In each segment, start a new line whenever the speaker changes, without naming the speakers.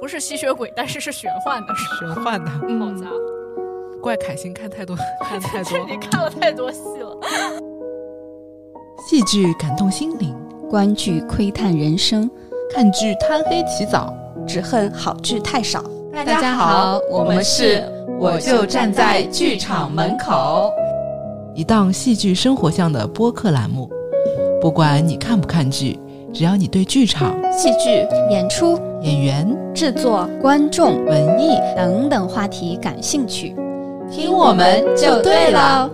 不是吸血鬼，但是是玄幻的，是
玄幻的，
嗯
好家伙，
怪凯欣看太多，看太
这
多
你看了太多戏了。
戏剧感动心灵，
观剧窥探人生。
看剧贪黑起早。
只恨好剧太少。
大
大家好我们是
我就站在剧场门口。
一档戏剧生活向的播客栏目。不管你看不看剧，只要你对剧场、
戏剧、演出、
演员、
制作、观众
文艺，
等等话题感兴趣，
听我们就对了。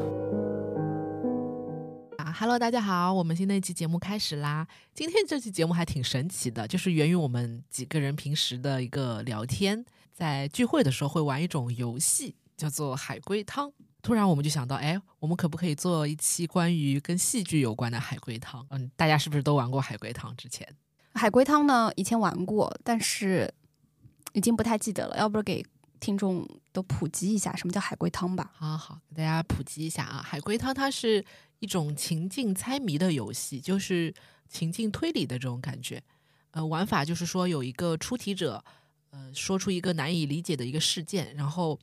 啊，Hello，大家好，我们新的一期节目开始啦。今天这期节目还挺神奇的，就是源于我们几个人平时的一个聊天，在聚会的时候会玩一种游戏，叫做海龟汤。突然我们就想到，哎，我们可不可以做一期关于跟戏剧有关的海龟汤？嗯，大家是不是都玩过海龟汤？之前
海龟汤呢，以前玩过，但是已经不太记得了。要不给听众都普及一下什么叫海龟汤吧？
啊，好，给大家普及一下啊，海龟汤它是一种情境猜谜的游戏，就是情境推理的这种感觉。呃，玩法就是说有一个出题者，呃，说出一个难以理解的一个事件，然后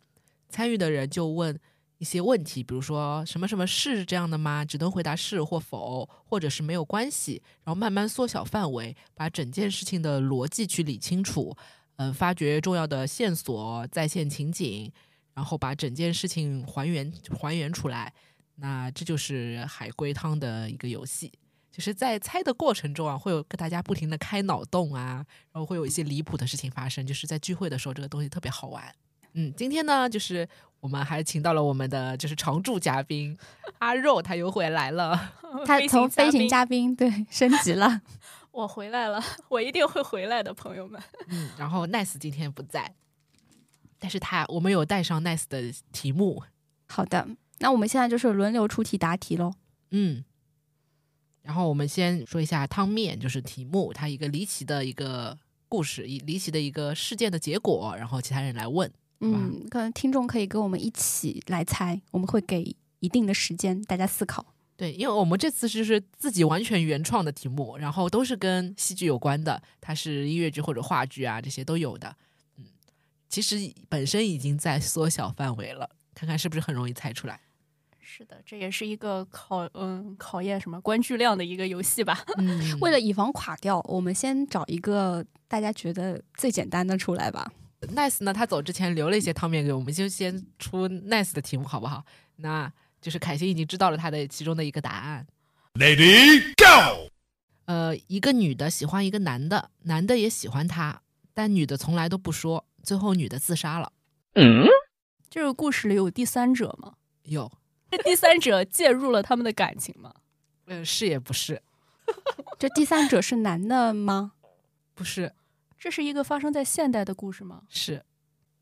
参与的人就问一些问题，比如说什么什么是这样的吗？只能回答是或否，或者是没有关系，然后慢慢缩小范围，把整件事情的逻辑去理清楚，嗯、发掘重要的线索，再现情景，然后把整件事情还原还原出来。那这就是海龟汤的一个游戏，就是在猜的过程中啊，会有跟大家不停的开脑洞啊，然后会有一些离谱的事情发生，就是在聚会的时候，这个东西特别好玩。嗯，今天呢，就是我们还请到了我们的就是常驻嘉宾阿肉，他又回来了。
他从飞行
嘉
嘉宾对 升级了，
宾，我回来了， 我一定会回来的，朋友们。
嗯，然后 Nice 今天不在，但是他我们有带上 Nice 的题目。
好的。那我们现在就是轮流出题答题喽。
嗯，然后我们先说一下汤面，就是题目，它一个离奇的一个故事，一离奇的一个事件的结果，然后其他人来问。
嗯，可能听众可以跟我们一起来猜，我们会给一定的时间大家思考。
对，因为我们这次就是自己完全原创的题目，然后都是跟戏剧有关的，它是音乐剧或者话剧啊，这些都有的。嗯，其实本身已经在缩小范围了，看看是不是很容易猜出来。
是的，这也是一个考嗯考验什么观剧量的一个游戏吧。
嗯，
为了以防垮掉，我们先找一个大家觉得最简单的出来吧。
Nice 呢，他走之前留了一些汤面给我们，就先出 Nice 的题目好不好？那就是凯欣已经知道了他的其中的一个答案。
Lady go!
呃，一个女的喜欢一个男的，男的也喜欢她，但女的从来都不说，最后女的自杀了。
这个故事里有第三者 吗？
有，
这第三者介入了他们的感情吗？
呃，是也不是，
这第三者是男的吗？
不是，
这是一个发生在现代的故事吗？
是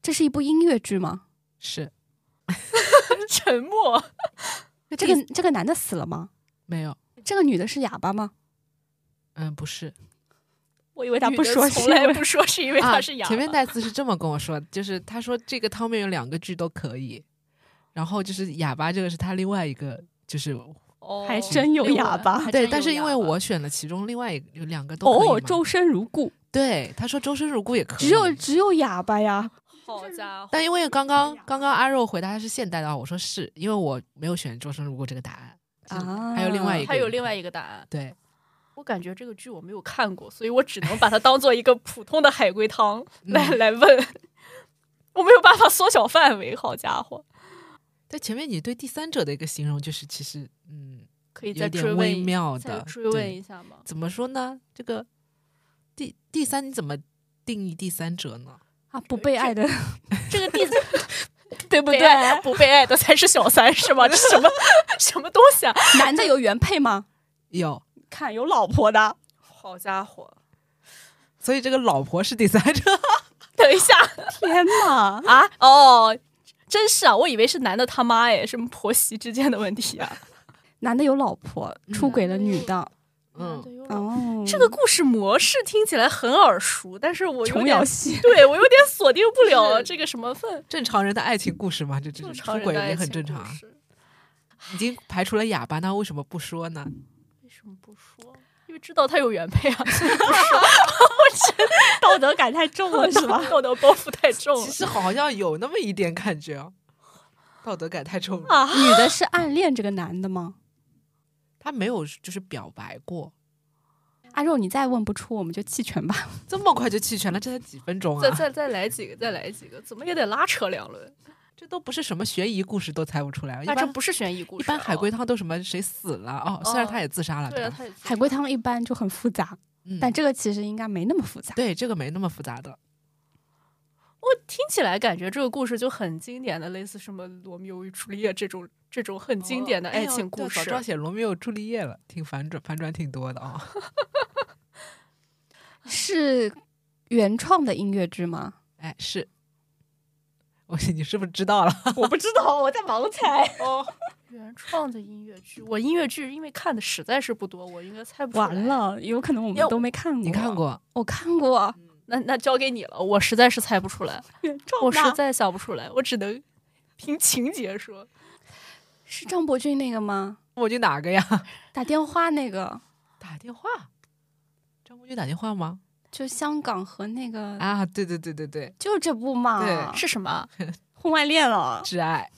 这是一部音乐剧吗？
是
沉默。
这个这个男的死了吗？
没有，
这个女的是哑巴吗？
嗯、不是。
我以为
他
女
不
的
说
从
是因
来
为
不说是因为他是哑巴。
啊。前面 Nice 是这么跟我说，就是他说这个汤面有两个剧都可以，然后就是哑巴这个是他另外一个就是
哦
还真有哑巴
还真
对，
有
但是因为
哑巴
我选了其中另外一个有两个都可以嘛
哦，周身如故，
对他说周身如故也可以，
只有只有哑巴呀。
好家伙，
但因为刚刚刚刚阿肉回答他是现代的话，我说是因为我没有选周身如故这个答案是
啊
还有另外一个
还有另
一
外一个答案。
对
我感觉这个剧我没有看过，所以我只能 把它当做一个普通的海龟汤
嗯
来、来问。我没有办法缩小范围，好家伙，
对前面你对第三者的一个形容就是其实嗯
可以
有
再追
点
问
微
一
妙
再
的
追问
对
一下吗？
怎么说呢？这个第第三你怎么定义第三者呢？
啊，不被爱的，
这个 第
对不
被
对？
爱不被爱的才是小三是吗？这什 么什么东西啊？
男的有原配吗？
有，
看有老婆的，
好家伙，
所以这个老婆是第三者，
等一下
天哪！
啊！哦，真是啊，我以为是男的他妈哎，什么婆媳之间的问题啊？
男的有老婆，出轨了女的。
嗯，
哦，
这个故事模式听起来很耳熟，但是我有
琼
点
瑶戏，
对我有点锁定不
就
了
是
这个什么份。
正常人的爱情故事嘛，这这
正常
出
人
轨
的爱
也很
情
正
故
常，
事
已经排除了哑巴，那为什么不说呢？
为什么不说？因为知道他有原配啊，所以不说。我这道德感太重了，是吧？道德包袱太重
其实好像有那么一点感觉啊，道德感太重了。
啊！
女的是暗恋这个男的吗？
他没有就是表白过，
阿肉，你再问不出，我们就弃权
啊
吧。
这么快就弃权了，这才几分钟
再
啊！
再再来几个，再来几个，怎么也得拉扯两轮。
这都不是什么悬疑故事都猜不出来，一
那这
般
不是悬疑故
一
事啊，
般海龟汤都什么谁死了哦，虽然他也自杀了，
对啊，
吧？
他也
海龟汤一般就很复杂，
嗯
但这个其实应该没那么复杂。
对这个没那么复杂的，
我听起来感觉这个故事就很经典的，类似什么罗密欧与朱丽叶这种这种很经典的
哎
爱
呦
情故
对
事
早知。道写罗密欧朱丽叶了，挺反转反转挺多 的啊、
是原创的音乐剧吗？
哎，是，我你是不是知道了？
我不知道，我在盲猜。哦，原创的音乐剧，我音乐剧因为看的实在是不多，我应该猜不出来
完。了，有可能我
要
们都没看过。
你看？过？
我看过。
那那交给你了，我实在是猜不出来，
原创
我
的
实在想不出来，我只能凭情节说。
是张伯钧那个吗？
我就哪个呀？
打电话那个，
打电话？张国军打电话吗？
就香港和那个，
啊，对对对对对，
就这部嘛。
对
是什么？啊
婚外恋了。
挚爱。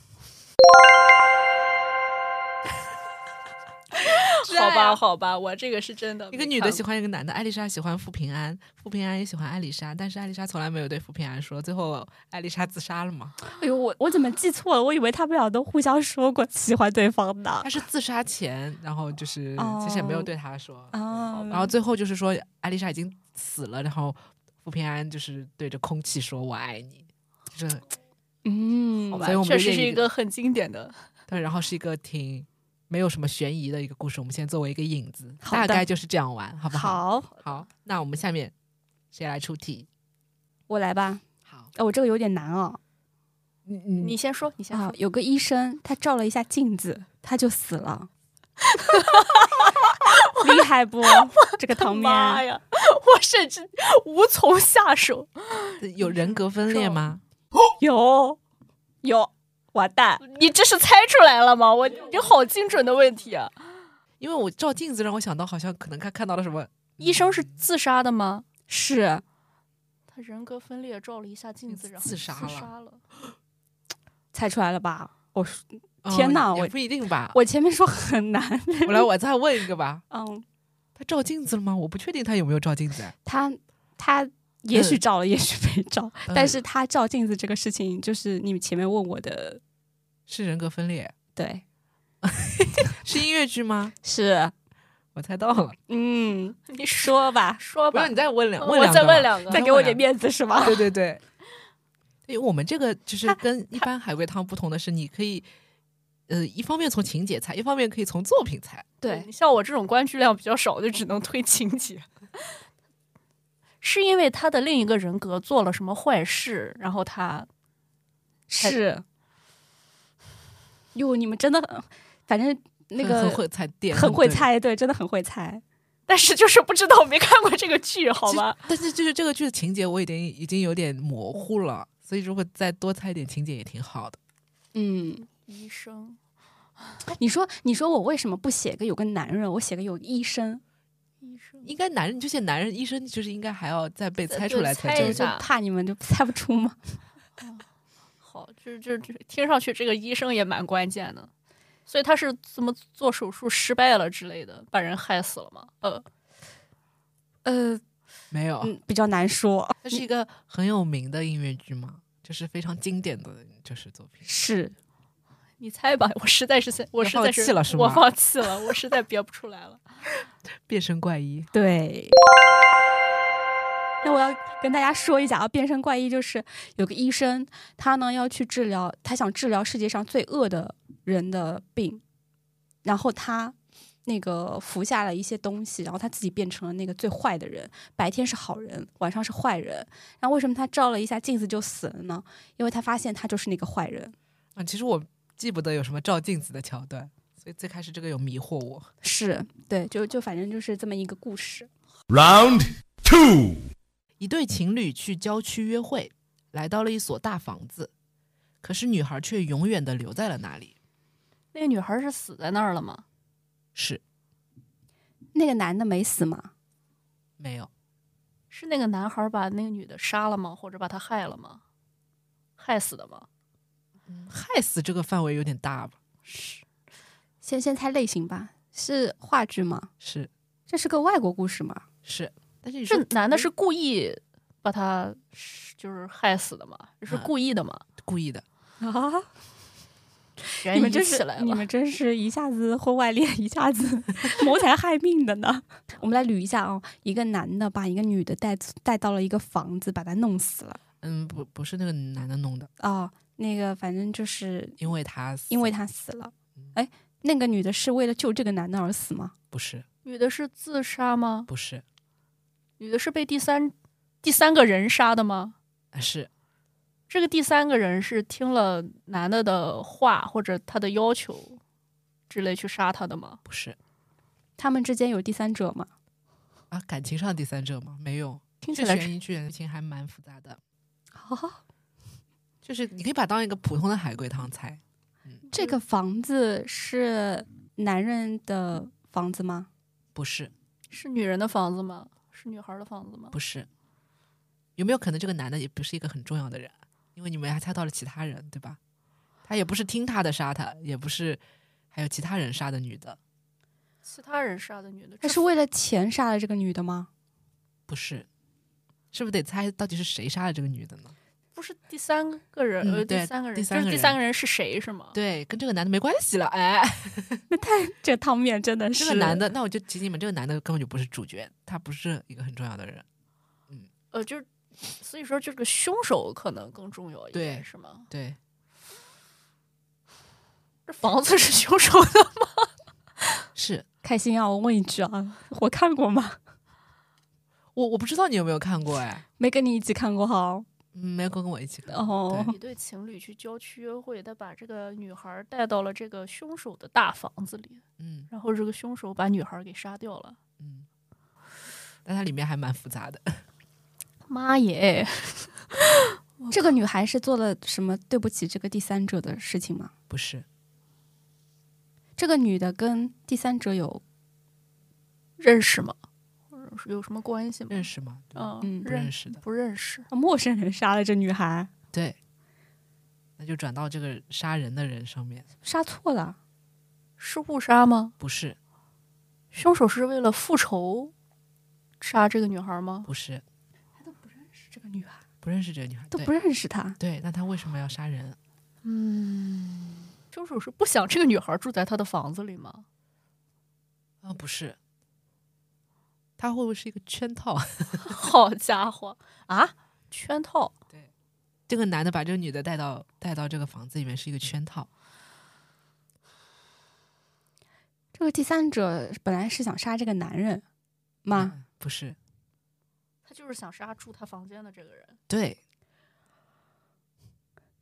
挚
好
爱啊
吧，好吧，我这个是真的。
一个女的喜欢一个男的，艾丽莎喜欢傅平安，傅平安也喜欢艾丽莎，但是艾丽莎从来没有对傅平安说，最后艾丽莎自杀了嘛？
哎呦，我我怎么记错了？我以为他们俩都互相说过喜欢对方的。
她是自杀前，然后就是其实也没有对她说，
哦，
哦然后最后就是说艾丽莎已经死了，然后傅平安就是对着空气说“我爱你”，就是
嗯，
好吧
所以我，们
确
就
实
建
是
议
一个很经典的。
对，然后是一个挺没有什么悬疑的一个故事，我们先作为一个引子，
好
大
的
概就是这样玩，好不好？
好，
好，那我们下面谁来出题？
我来吧。
好，
哦，我这个有点难哦。
你你
你先说，你先
啊
说，。
有个医生，他照了一下镜子，他就死 了。厉害不？这个
啊
汤
妈
面
呀！ 我甚至无从下手。
有人格分裂吗？
有有，完蛋！
你这是猜出来了吗？我你好精准的问题啊！
因为我照镜子让我想到，好像可能看看到了什么。
医生是自杀的吗？
是
他人格分裂，照了一下镜子，然后
自杀了
了
猜出来了吧？我说
哦
天哪
也
我
不一定吧。
我前面说很难，
我来，我再问一个吧。
嗯，
他照镜子了吗？我不确定他有没有照镜子。
他他也许
嗯
照了，也许没照，但
嗯
是他照镜子这个事情，就是你们前面问我的，
是人格分裂，
对，
是音乐剧吗？
是
我猜到了。
嗯，你说吧，
说
不
吧
让你，再问两，
我
两
再
个吧
问两个
再给我点
面。
面子是吗？
对对对，因为我们这个就是跟一般海龟汤不同的是，你可以呃一方面从情节猜，一方面可以从作品猜。
对
你，像我这种关注量比较少，就只能推情节。 是因为他的另一个人格做了什么坏事，然后他
是。哟，你们真的很，反正那
很
个
很会猜点，
很会
对。
猜，对，真的很会猜。
但是就是不知道，没看过这个剧，好
其实
吧？
但是就是这个剧的情节我已经已经有点模糊了，所以如果再多猜一点情节也挺好的。
嗯，
医生，
你说，你说我为什么不写个有个男人，我写个有医生，
医生，
应该男人你就写男人医生，就是应该还要再被猜出来才
对猜一
正
就
确。
下
怕你们就猜不出吗？
好，就是就是就是听上去这个医生也蛮关键的，所以他是怎么做手术失败了之类的，把人害死了吗？呃，
呃，
没有，
嗯，比较难说。
它是一个很有名的音乐剧嘛，就是非常经典的就是作品。
是，
你猜吧，我实在是现我
要
实在
放弃了是吗
我放弃了，我实在憋不出来了。
变身怪医，
对。那我要跟大家说一下啊，变身怪医就是有个医生，他呢要去治疗，他想治疗世界上最恶的人的病，然后他那个服下了一些东西，然后他自己变成了那个最坏的人，白天是好人，晚上是坏人。然后为什么他照了一下镜子就死了呢？因为他发现他就是那个坏人。
啊，其实我记不得有什么照镜子的桥段，所以最开始这个有迷惑我。
是对，就就反正就是这么一个故事。
Round two.
一对情侣去郊区约会，来到了一所大房子，可是女孩却永远的留在了那里。
那个女孩是死在那儿了吗？
是
那个男的没死吗？
没有，
是是那个男孩把那个女的杀了吗？或者把她害了吗？害死的吗？
害死这个范围有点大吧？
先先猜类型吧，是话剧吗？
是
这是个外国故事吗？
是，但是你
这
说
男的是故意把她就是害死的吗？是
嗯
故意的吗？
故意的，
啊，
人
哎你们
疑
真
起
是
来
你
了
们真是一下子婚外恋，一下子 谋财害命的呢。 我们来捋一下哦，一个男的把一个女的带带到了一个房子，把她弄死了
嗯，不不是那个男的弄的，
哦。那个反正就是
因为他死
因为他死了，哎，那个女的是为了救这个男的而死吗？
不是
女的是自杀吗？
不是
女的是被第三第三个人杀的吗？
啊是
这个第三个人是听了男的的话或者他的要求之类去杀他的吗？
不是
他们之间有第三者吗？
啊？感情上第三者吗？没有，
听起
这
来
悬疑剧剧情还蛮复杂的，
哦，
就是你可以把它当一个普通的海龟汤猜，
这个房子是男人的房子吗？
不是
是女人的房子吗？是女孩的房子吗？
不是，有没有可能这个男的也不是一个很重要的人？因为你们还猜到了其他人，对吧？他也不是听他的杀他，也不是还有其他人杀的女的，
其他人杀的女的，
他
这
是为了钱杀了这个女的吗？
不是，是不是得猜到底是谁杀了这个女的呢？
不是第三个人？
嗯
呃，
对
第三个人，
第三
就是
个人
第三个人是谁是吗？
对，跟这个男的没关系了。哎，
这汤面真的 是
这个男的，那我就提醒你们，这个男的根本就不是主角，他不是一个很重要的人。
呃，就是所以说这个凶手可能更重要一点，
对
是吗？
对，
这房子是凶手的，
是
开心啊！我问一句啊，我看过吗？
我我不知道你有没有看过哎，
没跟你一起看过哈。
嗯没有跟我一起看。
哦，
一对情侣去郊区约会，他把这个女孩带到了这个凶手的大房子里，
嗯
然后这个凶手把女孩给杀掉了。
嗯，但它里面还蛮复杂的。
妈耶！
这个女孩是做了什么对不起这个第三者的事情吗？
不是，
这个女的跟第三者有
认识吗？或者是有什么关系吗？
认识吗？对吧
嗯，
嗯
不哦认识的。
不认识。
陌生人杀了这女孩，
对，那就转到这个杀人的人上面。
杀错了。
是误杀吗？
不是，
凶手是为了复仇杀这个女孩吗？
不是，
是这个女孩
不认识这个女孩。
都
对
不认识她，
对，那他为什么要杀人？
凶手是不想这个女孩住在他的房子里吗？
啊、不是，他会不会是一个圈套？
好家伙啊！圈套，
这个男的把这个女的带到带到这个房子里面是一个圈套，
这个第三者本来是想杀这个男人吗？
嗯不是，
他就是想杀住他房间的这个人。
对，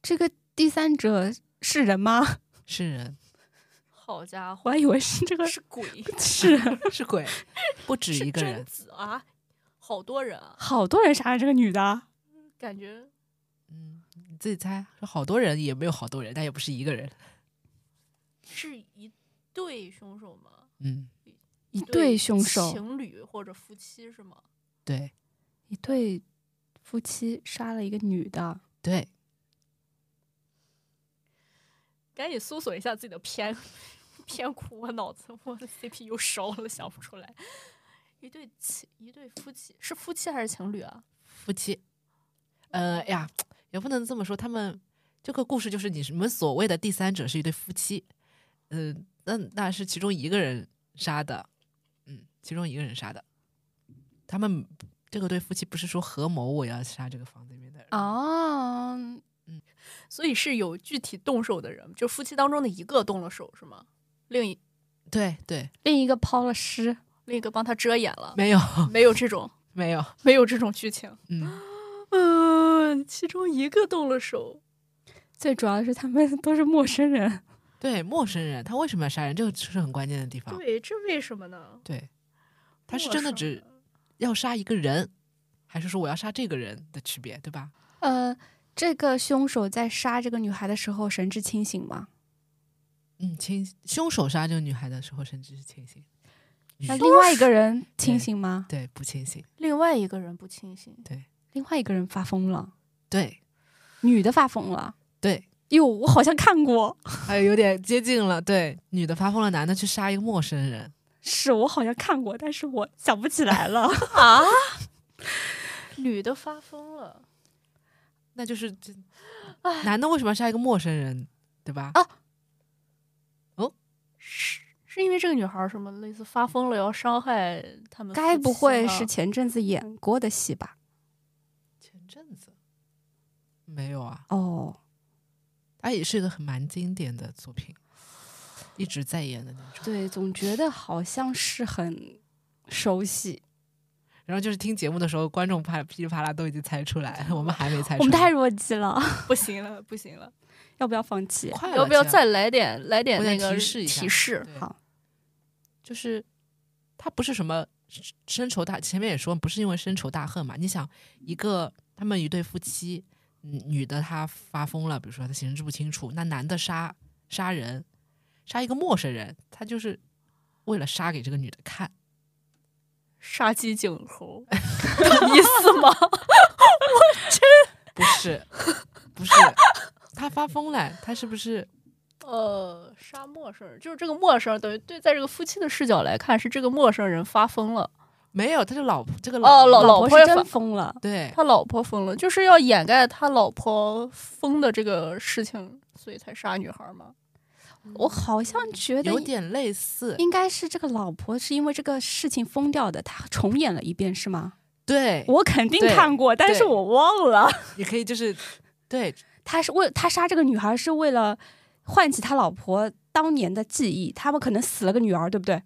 这个第三者是人吗？
是人，
好家
我
伙，
还以为是 这个
是鬼，
是
是鬼， 不止
是
一个
贞
人，
子啊！好多人啊，
好多人杀了这个女的，
感觉
嗯，你自己猜，说好多人也没有好多人，但也不是一个人，
是一对凶手吗？
嗯，
一对凶手，
情侣或者夫妻是吗？
对
一对夫妻杀了一个女的。
对，
赶紧搜索一下自己的偏偏苦，我脑子我的 CPU 烧了，想不出来。一对情，一对夫妻是夫妻还是情侣啊？
夫妻，呃呀，也不能这么说，他们这个故事就是你们所谓的第三者是一对夫妻，嗯、那那是其中一个人杀的，嗯，其中一个人杀的，他们这个对夫妻不是说合谋我要杀这个房子里面的人，
哦，
所以是有具体动手的人，就夫妻当中的一个动了手是吗？另一
对对，
另一个抛了尸，
另一个帮他遮掩了，
没有
没有这种
没有，
没有这种剧情。
嗯，
嗯、其中一个动了手，
最主要是他们 都是陌生人。
对，陌生人他为什么要杀人，这个是很关键的地方，
对，这为什么呢？
对，啊他是真的
陌生
只要杀一个人，还是说我要杀这个人的区别，对吧？
呃，这个凶手在杀这个女孩的时候神志清醒吗？
嗯，清凶手杀这个女孩的时候，甚至是清醒。
那另外一个人清醒吗？
对，不清醒，
另外一个人不清醒，
另外一个人发疯了，
对
女的发疯了。
对，
哟，我好像看过，
哎，有点接近了。对，女的发疯了，男的去杀一个陌生人，
是我好像看过，但是我想不起来了。
啊，女的发疯了。
那就是这男的为什么要杀一个陌生人，对吧？
是是因为这个女孩儿什么类似发疯了要伤害他们夫妻吗？
该不 会是前阵子演过的戏吧？
前阵子没有啊，
哦，
它也是一个很蛮经典的作品，一直在演的那种。
对，总觉得好像是很熟悉。
然后就是听节目的时候，观众啪噼里啪啦都已经猜出来，我们还没猜出来。
我们太弱鸡了，
不行了，不行了，
要不要放弃？
快了，
要不要
这样
再来点来点
我
那
想
个
提示一下
提示
对
好，
就是他不是什么深仇大，前面也说不是因为深仇大恨嘛。你想，一个他们一对夫妻，嗯女的她发疯了，比如说她行事不清楚，那男的杀杀人，杀一个陌生人，他就是为了杀给这个女的看。
杀鸡儆猴 意思吗？
不是， 不是，他发疯了，他是不是？
呃，杀陌生人就是这个陌生人，等于对，在这个夫妻的视角来看，是这个陌生人发疯了，
没有，他是老婆，这个
哦老
老
婆
婆
也
是
发
真疯了，
对，
他老婆疯了，就是要掩盖他老婆疯的这个事情，所以才杀女孩儿嘛。
我好像觉得
有点类似，
应该是这个老婆是因为这个事情疯掉的，她重演了一遍是吗？
对，
我肯定
对
看过，但是
对
我忘了。
你可以就是对
他是为他杀这个女孩是为了唤起他老婆当年的记忆，他们可能死了个女儿，对不对？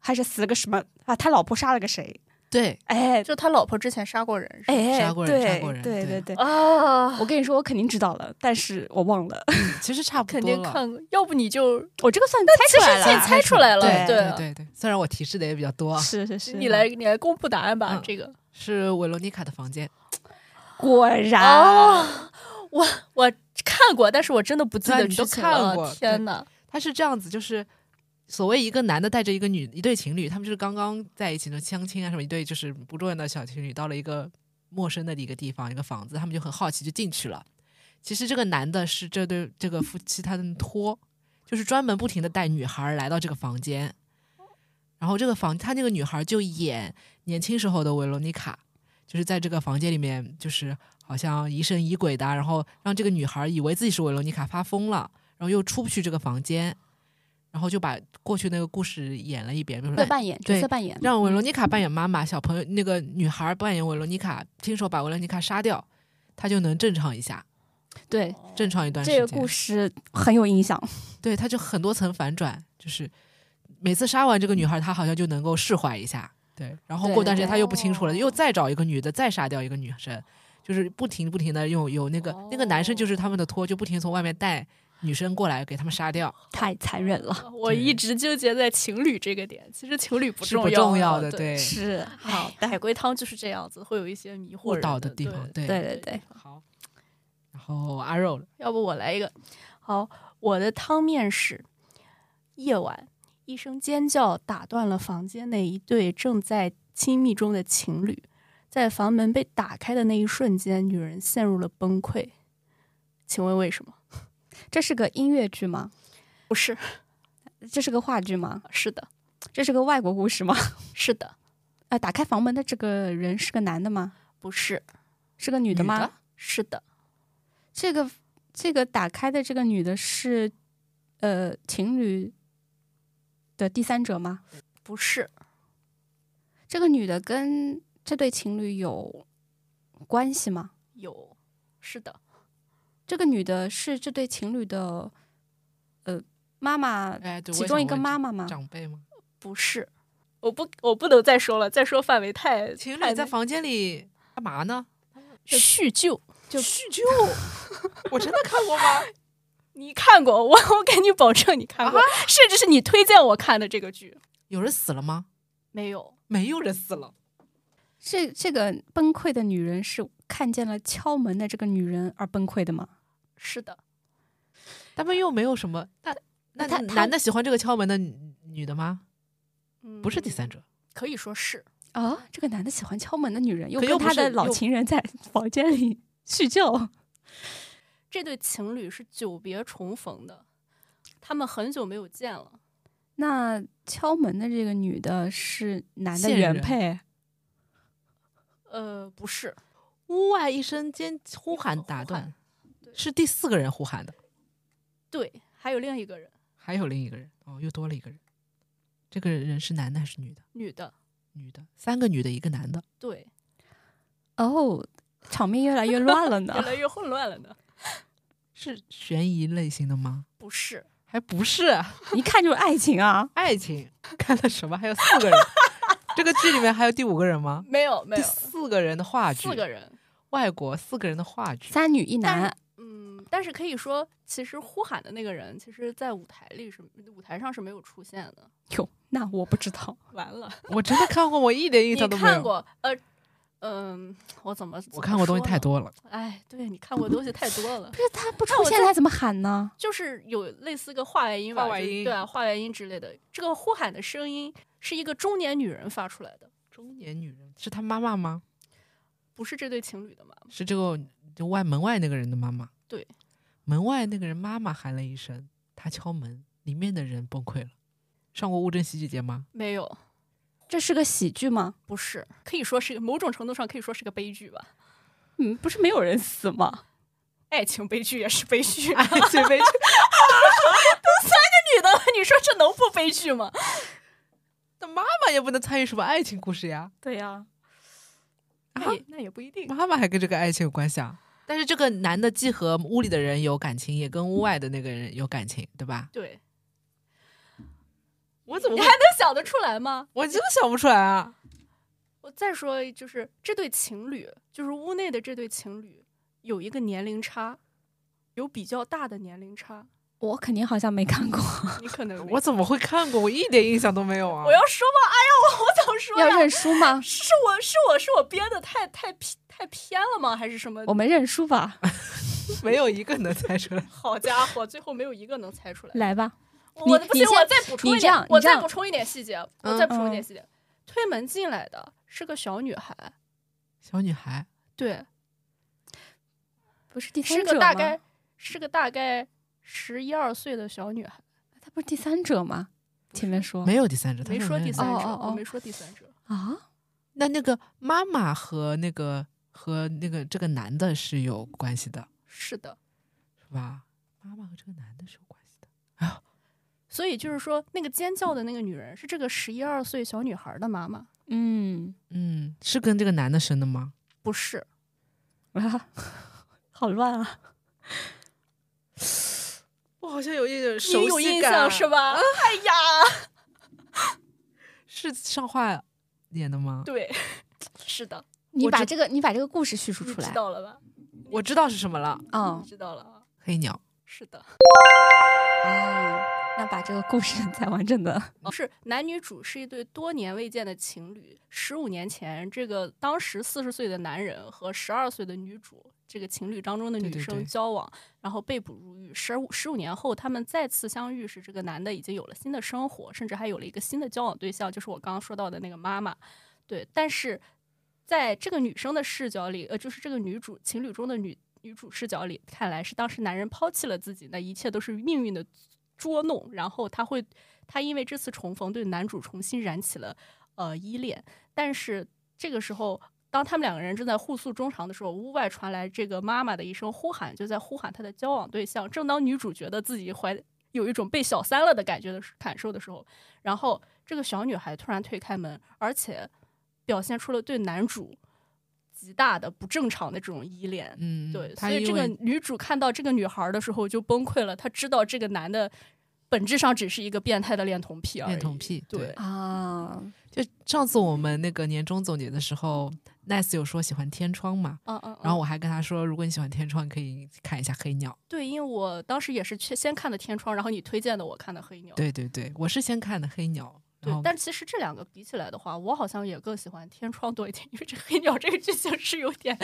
还是死了个什么啊？他老婆杀了个谁？
对，
哎
就他老婆之前杀过人，是吧
哎，
杀过人
对
杀过人
对
对
对。
啊，
我跟你说，我肯定知道了，但是我忘了。
其实差不多
肯定
了
看过，要不你就
我这个算猜出
其
来
实
了，啊
这猜出来了
对
对
对
对对，虽然我提示的也比较多啊，
是是是，
你来你来公布答案吧，
嗯
这个。
是维罗妮卡的房间，
果然
哦，我我看过，但是我真的不记
对
得
你都
剧情
看
了
过
天哪！
他是这样子，就是所谓一个男的带着一个女一对情侣，他们就是刚刚在一起的相亲啊什么，一对就是不重要的小情侣，到了一个陌生的一个地方，一个房子，他们就很好奇就进去了。其实这个男的是这对这个夫妻他们托，就是专门不停的带女孩儿来到这个房间，然后这个房他那个女孩儿就演年轻时候的维罗妮卡，就是在这个房间里面就是好像疑神疑鬼的啊，然后让这个女孩儿以为自己是维罗妮卡发疯了，然后又出不去这个房间，然后就把过去那个故事演了一遍，比如
对
说
扮演
对
角色扮演，
让维罗妮卡扮演妈妈，小朋友那个女孩扮演维罗妮卡，亲手把维罗妮卡杀掉，她就能正常一下，
对
正常一段时间。
这个故事很有影响。
对，她就很多层反转，就是每次杀完这个女孩，她好像就能够释怀一下，对，然后
对
过段时间她又不
对
清楚了，又再找一个女的，再杀掉一个女生，就是不停不停的用有那个、那个男生就是他们的托，就不停从外面带女生过来给他们杀掉，
太残忍了，
我一直纠结在情侣这个点，其实情侣不
是不
要
重要
的，
的，。对，
是
好，哎海龟汤就是这样子，会有一些迷惑
误
人
导
的
的地方，
对
对
对对对，
好，然后阿肉了
要不我来一个。好，我的汤面是：夜晚，一声尖叫打断了房间内一对正在亲密中的情侣。在房门被打开的那一瞬间，女人陷入了崩溃。请问为什么？
这是个音乐剧吗？
不是，
这是个话剧吗？
是的，
这是个外国故事吗？
是的，
呃，打开房门的这个人是个男的吗？
不是，
是个女的吗？
女的
是的，
这个这个打开的这个女的是呃情侣的第三者吗？
不是，
这个女的跟这对情侣有关系吗？
有，是的，
这个女的是这对情侣的呃妈妈，
哎，对，
其中一个妈妈吗？
长辈吗？
不是。我不，我不能再说了，再说范围太
情
太
侣在
那
房间里干嘛呢？
叙旧，
就
叙旧， 我真的看过吗？
你看过，我 我给你保证你看
啊
过，甚至是你推荐我看的这个剧，
有人死了吗？
没有，
没有人死了，
这这个崩溃的女人是看见了敲门的这个女人而崩溃的吗？
是的，
他们又没有什么。那那
他他
男的喜欢这个敲门的女女的吗？
嗯
不是第三者。
可以说是
啊，这个男的喜欢敲门的女人，又
可
跟
又不
他的
是
老
又
情人 在房间里叙旧。
这对情侣是久别重逢的，他们很久没有见了。
那敲门的这个女的是男的
现
原
任
配，
呃，不是，
嗯屋外一声尖呼喊打
呼
断
喊，对
是第四个人呼喊的，
对，还有另一个人，
还有另一个人哦，又多了一个人。这个人是男的还是女的？
女的，
女的，三个女的，一个男的。
对，
哦，场面越来越乱
啊
了呢
越。来越混乱了呢。
是悬疑类型的吗？
不是，
还不是啊
一看就是爱情啊！
爱情， 看了什么？还有四个人，这个剧里面还有第五个人吗？
没有没
第
有，
四个人的话剧，
四个人，
外国四个人的话剧，
三女一
但
男，
嗯，但是可以说，其实呼喊的那个人，其实在舞台里是舞台上是没有出现的。
哟，那我不知道。
完了，
我真的看过，我一点印
你
象都没有。
看过？呃，嗯、我怎么
我看过东西太。
怎么
多了，
说呢哎，对你看过东西太多了
不，是他不
那
出
我
现，
在
他怎么喊呢？
就是有类似个话外音吧，
话外
就是
音
对啊，话外音之类的。这个呼喊的声音是一个中年女人发出来的，
中年女人是她妈妈吗？
不是这对情侣的嘛？
是这个就外门外那个人的妈妈。
对，
门外那个人妈妈喊了一声，她敲门，里面的人崩溃了。上过乌镇戏剧节吗？
没有，
这是个喜剧吗？
不是，可以说是某种程度上可以说是个悲剧吧。
嗯，不是没有人死吗？
爱情悲剧也是悲 剧，
爱情 悲剧。
女的，你说这能不悲剧吗？
那妈妈也不能参与什么爱情故事呀，
对呀、
那啊也那也不一定。
妈妈还跟这个爱情有关系啊。但是这个男的既和屋里的人有感情，也跟屋外的那个人有感情，对吧？
对，
我怎么
你
会
还能想得出来吗？
我真的想不出来啊！
我再说，就是这对情侣，就是屋内的这对情侣，有一个年龄差，有比较大的年龄差。
我肯定好像没看过，
你可能没
我怎么会看过？我一点印象都没有啊！
我要说吧，哎呀，我我怎么说
要
呀？
认输吗？
是我是我是我编的太太偏太偏了吗？还是什么？
我们认输吧，
没有一个能猜出来。
好家伙，最后没有一个能猜出来。
来吧。
我
你
不
你
行，
这
我再补充一
你这样
点，我
你这样
再补充一点细节，我
嗯
再补充一点
嗯
细节。推门进来的是个小女孩，
小女孩，
对，
不是第三
是
者
个
吗啊
大概是个大概十一二岁的小女孩，
他不是第三者吗？前面说
没有第三者，她
没说第三
哦
者，
哦哦
我没说第三者，
啊？
那那个妈妈和那个和那个这个男的是有关系的，
是的。
是吧？妈妈和这个男的是有关系的。
所以就是说，那个尖叫的那个女人是这个十一二岁小女孩的妈妈，
嗯
嗯，是跟这个男的生的吗？
不是？
啊， 好乱啊！
我好像有一点
你有印象是？吧？哎呀，
是上画演的吗？
对， 是的，
你
我
把
知
这个你把这个故事叙述
你
出
知
来。
道了吧？
我知道是什么了，
嗯
你知道了啊，
黑鸟。
是的，
啊，那把这个故事再完整的。
是男女主是一对多年未见的情侣。十五年前，这个当时四十岁的男人和十二岁的女主，这个情侣当中的
对
女
对对
生交往，然后被捕入狱。十五十五年后，他们再次相遇时，这个男的已经有了新的生活，甚至还有了一个新的交往对象，就是我刚刚说到的那个妈妈。对，但是在这个女生的视角里，呃，就是这个女主情侣中的女女主视角里，看来是当时男人抛弃了自己，那一切都是命运的捉弄。然后她会，她因为这次重逢对男主重新燃起了呃依恋，但是这个时候。当他们两个人正在互诉衷肠的时候，屋外传来这个妈妈的一声呼喊，就在呼喊她的交往对象。正当女主觉得自己怀有一种被小三了的感觉的时感受的时候，然后这个小女孩突然推开门，而且表现出了对男主极大的不正常的这种依恋。
嗯，
对，
他
所以
因
这个
为
女主看到这个女孩的时候就崩溃了，她知道这个男的本质上只是一个变态的恋童癖而已。
恋童癖
对，
啊，
就上次我们那个年终总结的时候，Nice 有说喜欢天窗嘛，
嗯嗯。
然后
我
我还跟他说，如果你喜欢天窗，你可以看一下黑鸟。
对，因为我当时也是去先看的《天窗》，然后你推荐的我看的《黑鸟》。
对对对，我是先看的黑鸟，
对
然后
但其实这两个比起来的话，我好像也更喜欢《天窗》多一点，因为这《黑鸟》这个剧情是有点，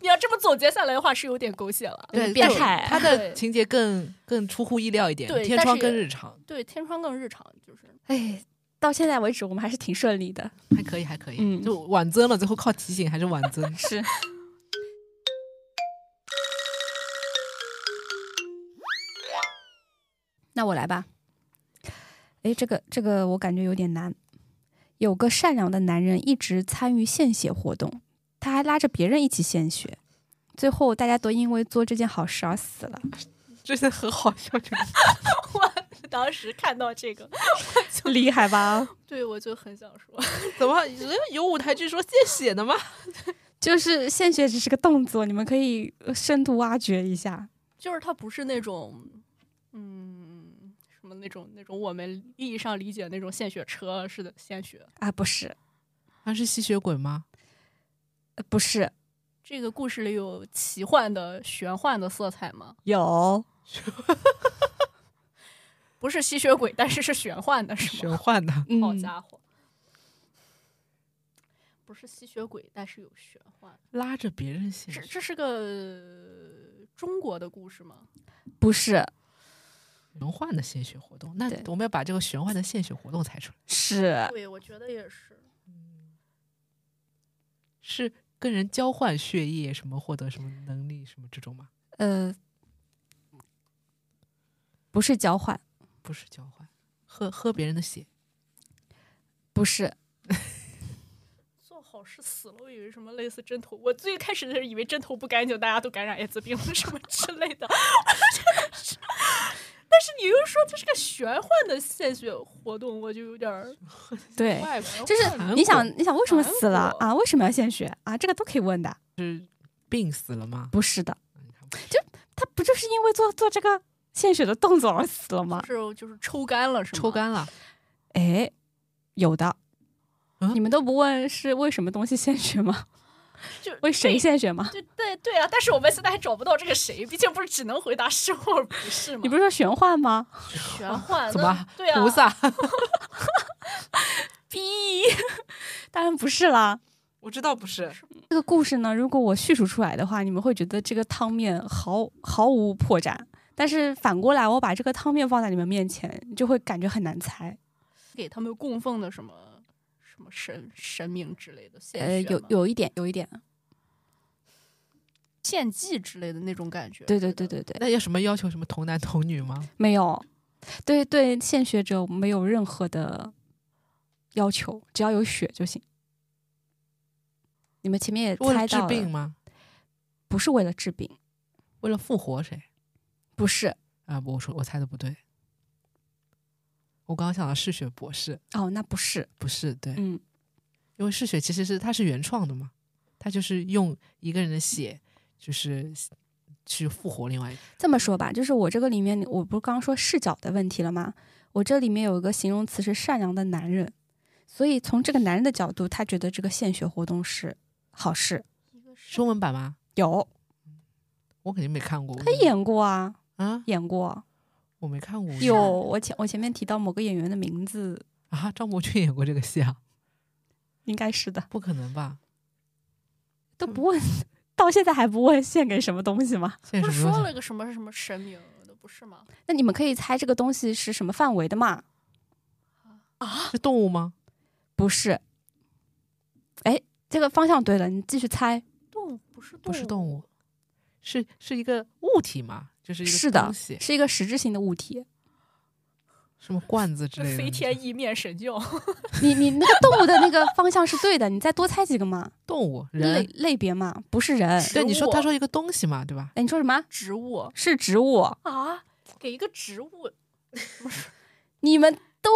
你要这么总结下来的话是有点狗血了。
对
变
但是
态
他的
对
情节更更出乎意料一点，
对
天
但
窗
是
更
也
日常。
对，《天窗》更日常，就是
哎，到现在为止，我们还是挺顺利的。
还可以，还可以，
嗯
就晚增了，最后靠提醒还是晚增。
是，那我来吧。哎，这个这个我感觉有点难。有个善良的男人一直参与献血活动，他还拉着别人一起献血，最后大家都因为做这件好事而死了。
真的很好笑， 这个
当时看到这个，
厉害吧？
对我就很想说，
怎么有舞台剧说献血 的吗？
就是献血只是个动作，你们可以呃深度挖掘一下。
就是他不是那种，嗯，什么那种那种我们意义上理解的那种献血车似的献血。
啊，不是，
他啊是吸血鬼吗？
呃不是，
这个故事里有奇幻的、玄幻的色彩吗？
有
不是吸血鬼，但是是玄幻的，是
玄
吗？
幻的，
嗯
好家伙，不是吸血鬼，但是有玄幻。
拉着别人献
这
血，
这是个呃中国的故事吗？
不是，
玄幻的献血活动。那
对
我们要把这个玄幻的献血活动猜出来，
是
对，我觉得也是。
是跟人交换血液，什么获得什么能力，什么这种吗？
呃，不是交换，
不是交换，喝喝别人的血，
不是，
做好事死了，我以为什么类似针头，我最开始是以为针头不干净，大家都感染艾滋病了什么之类的。 但是你又说这是个玄幻的献血活动，我就有点儿
对，
怪吧。
就是你想，你想为什么死
韩
了
国
啊？为什么要献血啊？这个都可以问的，
病死了吗？
不是的，
你看不是
他不就是因为做做这个献血的动作而死了吗？
是哦就是抽干了是吗？
啊抽干了，
哎，有的。
啊
你们都不问是为什么东西献血吗？
就
为谁献血吗？
对对对啊！但是我们现在还找不到这个谁，毕竟不是只能回答是或不是吗？
你不是说玄幻吗？
玄幻
哦怎
那
么
对啊，
菩萨，
逼， 当然不是啦。
我知道不是，
这个故事呢，如果我叙述出来的话，你们会觉得这个汤面毫毫无破绽。但是反过来，我把这个汤面放在你们面前，你就会感觉很难猜。
给他们供奉的什么什么神神明之类的献血
哎
呃，有
吗
有一点，有一点，
献祭之类的那种感觉。
对对对对对，
那有什么要求？什么童男童女 吗？
没有，对对，献血者没有任何的要求，只要有血就行。你们前面也
是为了
猜
治
到
病
了，
吗？
不是为了治病，
为了复活谁？
不是
啊，我说我猜的不对，我刚刚想到嗜血博士，
哦，那不是，
不是对，
嗯，
因为嗜血其实是它是原创的嘛，它就是用一个人的血，就是去复活另外一个。
这么说吧，就是我这个里面，我不是刚刚说视角的问题了吗？我这里面有一个形容词是善良的男人，所以从这个男人的角度，他觉得这个献血活动是好事。
中文版吗？
有，
我肯定没看过。我
他演过啊，
啊，
演过。
我没看过。我
有，我前我前面提到某个演员的名字，
啊，张柏芝演过这个戏啊？
应该是的，
不可能吧？
都不问，到现在还不问献给什么东西吗？
现
不
在
是
什么
说
东
了
西？啊
个什么什么神明的，不是吗？
那你们可以猜这个东西是什么范围的嘛？
是动物吗？
不是，哎，这个方向对了，你继续猜。
动物不是动物，
不是动物，是是一个物体吗？就是一个
是的
东，西，
是一个实质性的物体。
什么罐子之类的。啊
飞天意面神教，
你你那个动物的那个方向是对的，你再多猜几个嘛，
动物
类
人。
类别嘛，不是人。
植
对，你说
物
他说一个东西嘛，对吧？
哎，你说什么？
植物
是植物？
啊，给一个植物，
你们都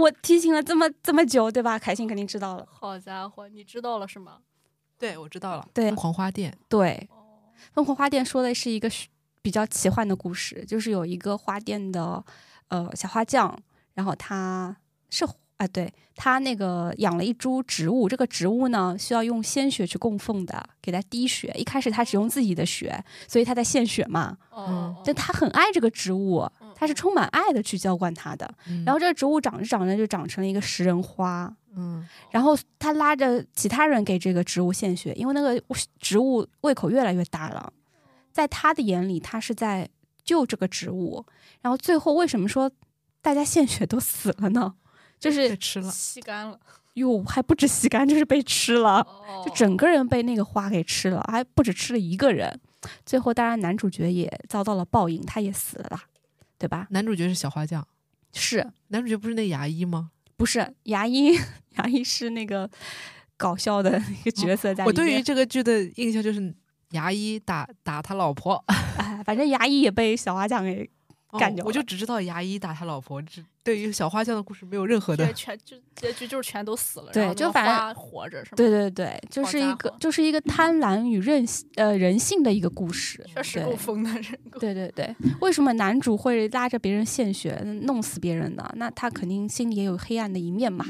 我提醒了这么这么久，对吧？凯欣肯定知道了。
好家伙，你知道了是吗？
对，我知道了。
对
狂花店
对，
哦，
《疯狂花店》说的是一个虚比较奇幻的故事，就是有一个花店的呃小花匠，然后他是啊，对他那个养了一株植物，这个植物呢需要用鲜血去供奉的，给它滴血。一开始他只用自己的血，所以他在献血嘛。
嗯
哦，
但他很爱这个植物，
嗯
他是
嗯
充满爱的去浇灌它的。
嗯
然后这个植物长着长着就长成了一个食人
哦
花，
嗯，
然后他拉着其他人给这个植物献血，因为那个植物胃口越来越大
哦
了，在他的眼里，他是在救这个植物。然后最后为什么说大家献血都死了呢？就是
被吃了，
吸干了，
哟，还不止吸干，就是被吃了，
哦
就整个人被那个花给吃了，还不止吃了一个人。最后，当然男主角也遭到了报应，他也死了啦，对吧？
男主角是小花匠，
是
男主角不是那牙医吗？
不是牙医？ 牙医是那个搞笑的一个角色在
我
里
对
面。
于这个剧的印象就是牙医打打他老婆，
哎，反正牙医也被小花匠给
哦
干掉
我就
了
只知道牙医打他老婆，只对于小花匠的故事没有任何
对，
的。
全就结局就是全都死了，
对
然后那
就
个
反正
花活着是吗？
对，对对，就
好
是
家
一个
伙
就是一个贪婪与任性呃人性的一个故事，
确实够
对
疯的人，够
对对对，为什么男主会拉着别人献血嗯弄死别人呢？那他肯定心里也有黑暗的一面嘛。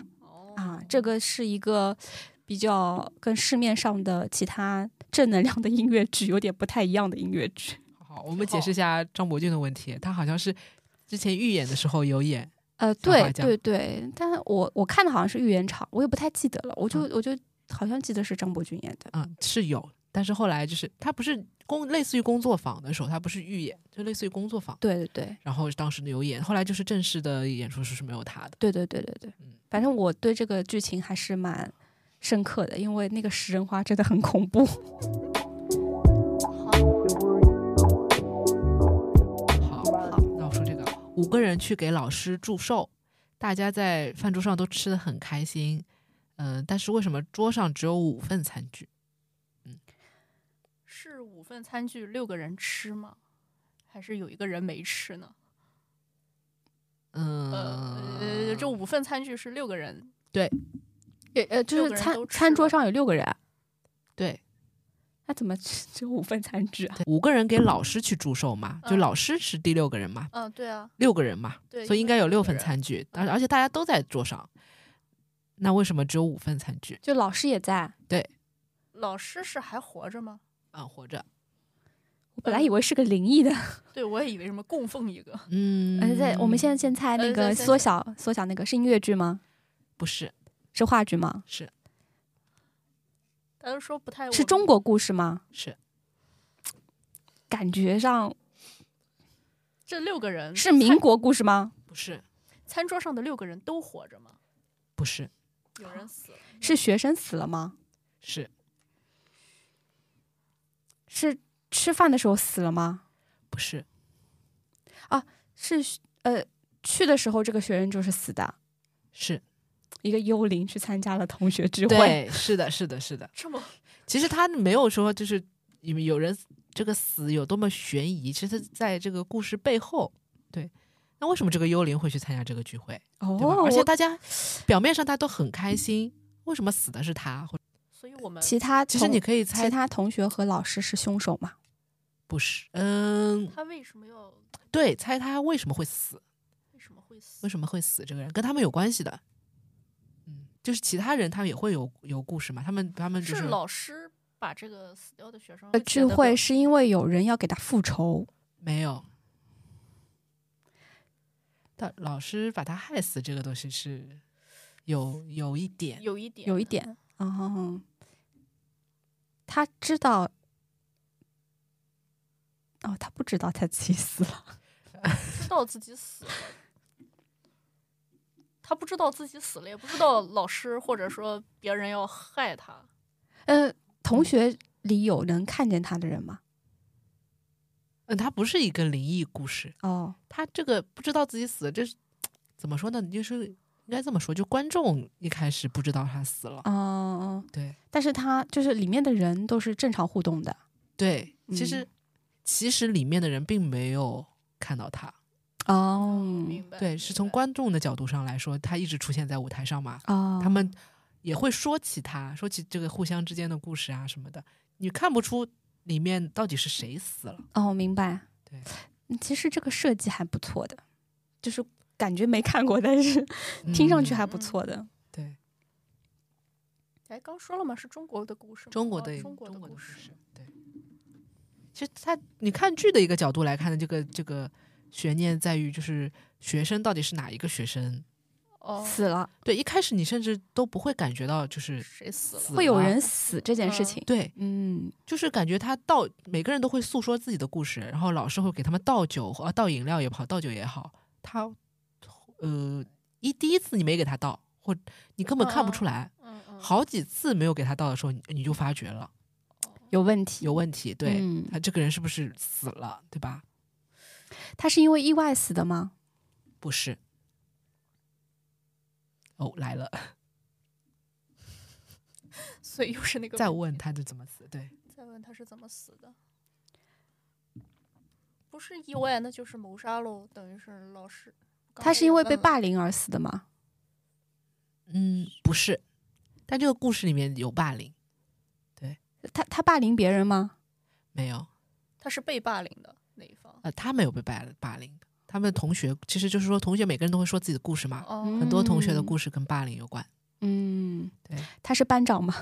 啊，这个是一个比较跟市面上的其他正能量的音乐剧有点不太一样的音乐剧。
好，我们解释一下张博俊的问题，他好像是之前预演的时候有演，
呃，
小花
对
匠
对对，但我我看的好像是预言场，我也不太记得了，我就、我就好像记得是张伯钧演的。
嗯，是有，但是后来就是他不是工类似于工作坊的时候，他不是预演，就类似于工作坊，
对对对
然后当时有演，后来就是正式的演出是是没有他的。
对对对对对
嗯，
反正我对这个剧情还是蛮深刻的，因为那个食人花真的很恐怖。
好，那我说这个，五个人去给老师祝寿，大家在饭桌上都吃的很开心，嗯、但是为什么桌上只有五份餐具？
是五份餐具六个人吃吗？还是有一个人没吃呢？
嗯、
呃，这
嗯
五份餐具是六个人，
也呃，就
六
是
个人
餐
都吃
餐桌
了
上有六个人，
对，
那怎么只只有五份餐具啊？
对五个人给老师去祝寿嘛，就
嗯
老师是第六个人嘛，
嗯，对啊，
六个人嘛，
对
所
因
以应
为
该有
是
六
六个
份
人
餐具，而而且大家都在桌上，那为什么只有五份餐具？
就老师也在，
老师是还活着吗？
啊，活着，
我本来以为是个灵异的，
对，我也以为什么供奉一个，
嗯，
而在我们现在先猜那
呃
个
在在
缩小缩小那个是音乐剧吗？
不是
是话剧吗？
是
大家都说不太
是
我
中国故事吗？
是
感觉上
这六个人
是
餐
民国故事吗？
不是
餐桌上的六个人都活着吗？
不是
有人死了，
是学生死了吗？
是
是吃饭的时候死了吗？
不是
是呃去的时候这个学生就是死的，
是
一个幽灵去参加了同学聚会，
对，是的，是的，是的。
这么
其实他没有说就是你们有人这个死有多么悬疑，其实在这个故事背后，对。那为什么这个幽灵会去参加这个聚会？对吧？
哦，
而且
我
大家表面上大家都很开心，为什么死的是他？或者
所以我们
其他
其实
同
你可以
其
猜
他同学和老师是凶手吗？
不是，嗯，
他为什么要
对，猜他为什么会死，
为什么会死
为？什么会死？这个人跟他们有关系的，嗯，就是其他人他们也会有有故事嘛，他们他们就是
老师把这个死掉的学生
呃，
会觉
聚
得
会
表
是因为有人要给他复仇，
没有。但老师把他害死这个东西是有有一点，
有一点
有一点，哦，他知道，哦，他不知道他自己死了，
知道自己死了，他不知道自己死了，也不知道老师或者说别人要害他。
呃，同学里有能看见他的人吗？
嗯，他不是一个灵异故事，
哦，
他这个不知道自己死了，这是怎么说呢？就是应该这么说，就观众一开始不知道他死了，
哦哦，
对
但是他就是里面的人都是正常互动的，
对，其实、
嗯
其实里面的人并没有看到他，
哦
明白？
对，
明
是从
白
观众的角度上来说，他一直出现在舞台上嘛，
哦，
他们也会说起他，说起这个互相之间的故事啊什么的，你看不出里面到底是谁死了。
哦，明白，
对
嗯，其实这个设计还不错的，就是感觉没看过，但是听上去
嗯
还不错的，
对
哎，刚说了吗？是中国的故事吗，
中国
哦
的、
中国
的
故
事，对。其实他，你看剧的一个角度来看的，这个这个悬念在于，就是学生到底是哪一个学生？
哦，
死了
对，一开始你甚至都不会感觉到，就是
谁死了？
死
会有
了
人死这件事
嗯
情，
对，
嗯
就是感觉他倒每个人都会诉说自己的故事，然后老师会给他们倒酒，呃，倒饮料也好，倒酒也好，他呃一第一次你没给他倒，或你根本看不
嗯
出来，
嗯嗯
好几次没有给他倒的时候，你你就发觉了
有问题。
有问题，对、
嗯
他这个人是不是死了，对吧？
他是因为意外死的吗？
不是。哦，来了，
所以又是那个
再
问
问他是怎么死，对，
题再问他是怎么死的，不是意外，那就是谋杀喽，等于是老师。刚
他
才
是
也
因为
问
被
了
霸凌而死的吗？
嗯，不是，但这个故事里面有霸凌，
他他霸凌别人吗？
没有？
他是被霸凌的那一方。
呃，他没有被霸霸凌的，他们同学其实就是说，同学每个人都会说自己的故事嘛，
哦，
嗯
很多同学的故事跟霸凌有关。
嗯，
对
他是班长吗？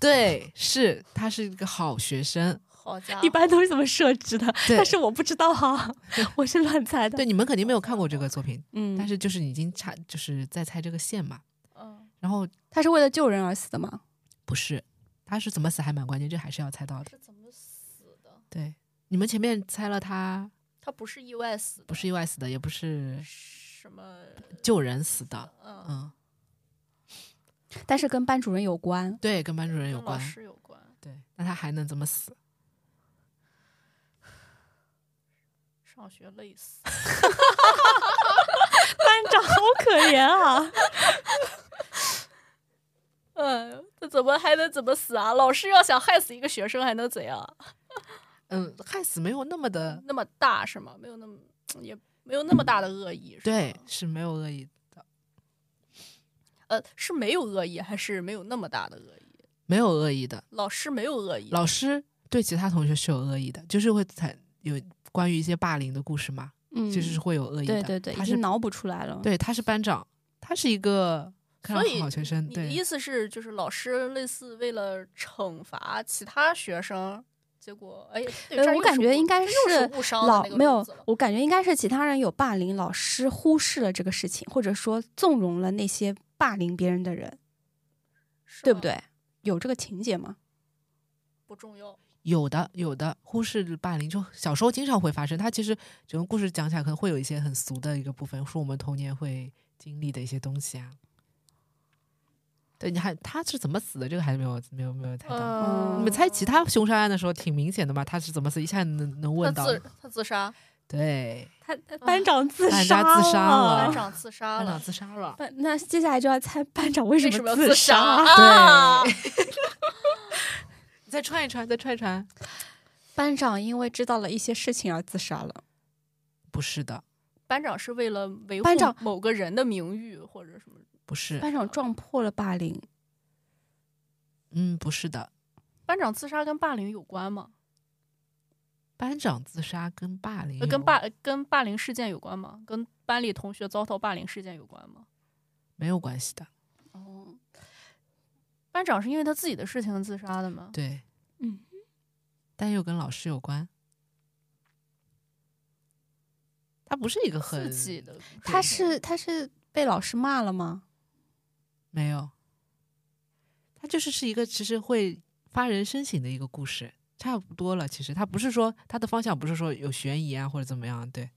对，是他是一个好学生，
好家伙，
一般都是这么设置的，
对
但是我不知道哈、 我是乱猜的。
对，你们肯定没有看过这个作品，
嗯，
但是就是已经差，就是在猜这个线嘛。
嗯，
然后
他是为了救人而死的吗？
不是，他是怎么死还蛮关键，这还是要猜到的。
是怎么死的？
对，你们前面猜了他
他不是意外死的，
不是意外死的，也不是
什么，
救人死的，
嗯，
嗯，
但是跟班主任有关。
对，跟班主任有
跟老
关。
师有关，
对，那他还能怎么死？
上学累死。
班长好可怜 啊！
嗯，他怎么还能怎么死啊？老师要想害死一个学生，还能怎样？
嗯，害死没有那么
嗯
的，
那么大是吗？没有那么，也没有那么大的恶意。是吗
对，是没有恶意，
呃，是没有恶意，还是没有那么大的恶意？
没有恶意的。
老师没有恶意，
老师对其他同学是有恶意的，就是会产有关于一些霸凌的故事嘛，
嗯，
就是会有恶意的。
对对对，
他
已
是
经脑补出来了。
对，他是班长，他是一个看
所
上去
以
好学生，
你的
对
意思是，就是老师类似为了惩罚其他学生，结果哎，对
呃
这儿
我
又
感
是
觉
误
应该
这又
是
误伤的
老
那个
没
路
有
子了，
我感觉应该是其他人有霸凌，老师忽视了这个事情，或者说纵容了那些霸凌别人的人，
是
对不
吗？
对？有这个情节吗？
不重要，
有的有的忽视霸凌，就小时候经常会发生。他其实整个故事讲起来可能会有一些很俗的一个部分，是我们童年会经历的一些东西啊。对，你还他是怎么死的？这个还没有没有没有猜到。
嗯
呃
你们猜其他凶杀案的时候挺明显的嘛，他是怎么死，一下能
他
能问到。啊
自他自杀，
对，
他他 班长自
班
杀
长自杀了
班
啊
长自杀
班长
了，
自杀了。
班那接下来就要猜班长为
为什么
么
要自
杀？
啊？
对，你再串一串，再串一串。
班长因为知道了一些事情而自杀了。
不是的，
班长是为了维护
班长
某个人的名誉或者什么，
不是，
班长撞破了霸凌，
嗯，不是的。
班长自杀跟霸凌有关吗？
班长自杀跟霸凌
呃
有
跟霸跟霸凌事件有关吗？跟班里同学遭到霸凌事件有关吗？
没有关系的。
哦，
班长是因为他自己的事情自杀的吗？
对，
嗯，
但又跟老师有关。他不是一个很
自己的故事，
他是他是被老师骂了吗？
没有，他就是是一个其实会发人深省的一个故事，差不多了。其实他不是说他的方向不是说有悬疑啊或者怎么样，对。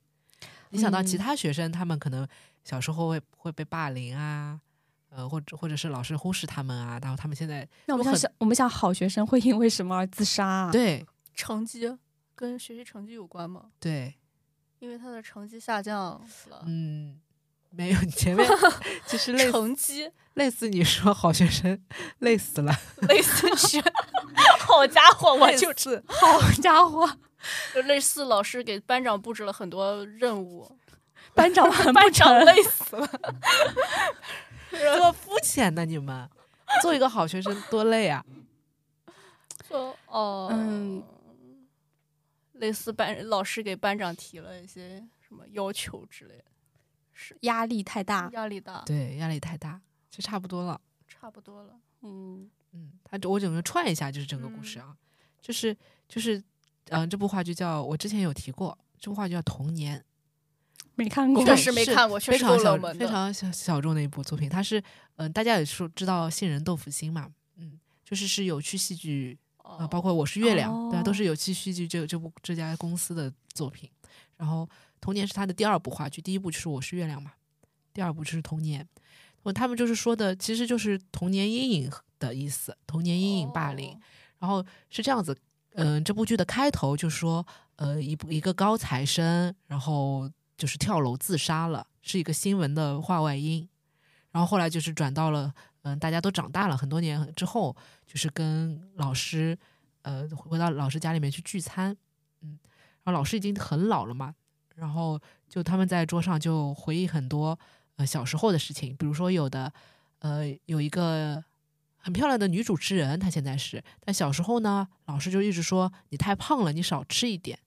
你想到其
嗯
他学生，他们可能小时候会会被霸凌啊，呃，或者或者是老师忽视他们啊，然后他们现在
那我
有
们想
很
想，我们想好学生会因为什么而自杀、啊？，
对
成绩跟学习成绩有关吗？
对，
因为他的成绩下降了，
嗯，没有，你前面 其实类似
成绩
类似你说好学生 累死了，
类似学，好家伙，我就
就是
好家伙，
就类似老师给班长布置了很多任务，
班长完不
班长
成，
累死了，
这么肤浅呢、你们做一个好学生多累啊！
说哦，
嗯，
类似班老师给班长提了一些什么要求之类的，
压力太大。
压力大，
对，压力太大，就差不多了。
差不多了，
嗯，
嗯，他我整个串一下就是整个故事
嗯
啊，就是就是，嗯、这部话剧叫我之前有提过，这部话剧叫《童年》，
没看过
确
对
实没
是
看过，确
非
实够
常
冷
小
门
非
的，
常小小众的一部作品。它是嗯、大家也说知道杏仁豆腐心嘛，嗯，就是是有趣戏剧啊、
哦
包括我是月亮，对、啊，都
哦
是有趣戏剧这这部这家公司的作品。然后童年是他的第二部话剧，第一部就是我是月亮嘛，第二部就是童年。我他们就是说的，其实就是童年阴影的意思，童年
哦
阴影霸凌。然后是这样子，嗯、这部剧的开头就说，呃，一部一个高材生，然后就是跳楼自杀了，是一个新闻的话外音。然后后来就是转到了，嗯、大家都长大了，很多年之后，就是跟老师，呃，回到老师家里面去聚餐，嗯，然后老师已经很老了嘛，然后就他们在桌上就回忆很多呃小时候的事情，比如说有的，呃，有一个很漂亮的女主持人，她现在是，但小时候呢，老师就一直说你太胖了，你少吃一点，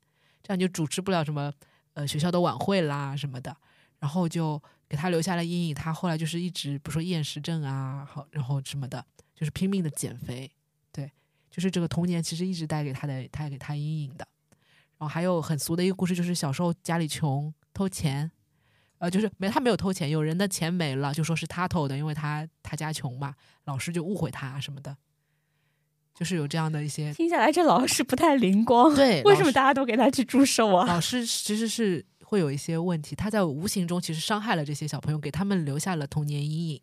这样就主持不了什么呃学校的晚会啦什么的，然后就给她留下了阴影，她后来就是一直比如说厌食症啊，好然后什么的，就是拼命的减肥，对，就是这个童年其实一直带给她的带给她阴影的。然后还有很俗的一个故事，就是小时候家里穷偷钱，呃，就是没他没有偷钱，有人的钱没了就说是他偷的，因为他他家穷嘛，老师就误会他什么的，就是有这样的一些
听下来这老师不太灵光，
对
为什
老
么
师
大家都给他去注射啊？
老师其实是会有一些问题，他在无形中其实伤害了这些小朋友，给他们留下了童年阴影。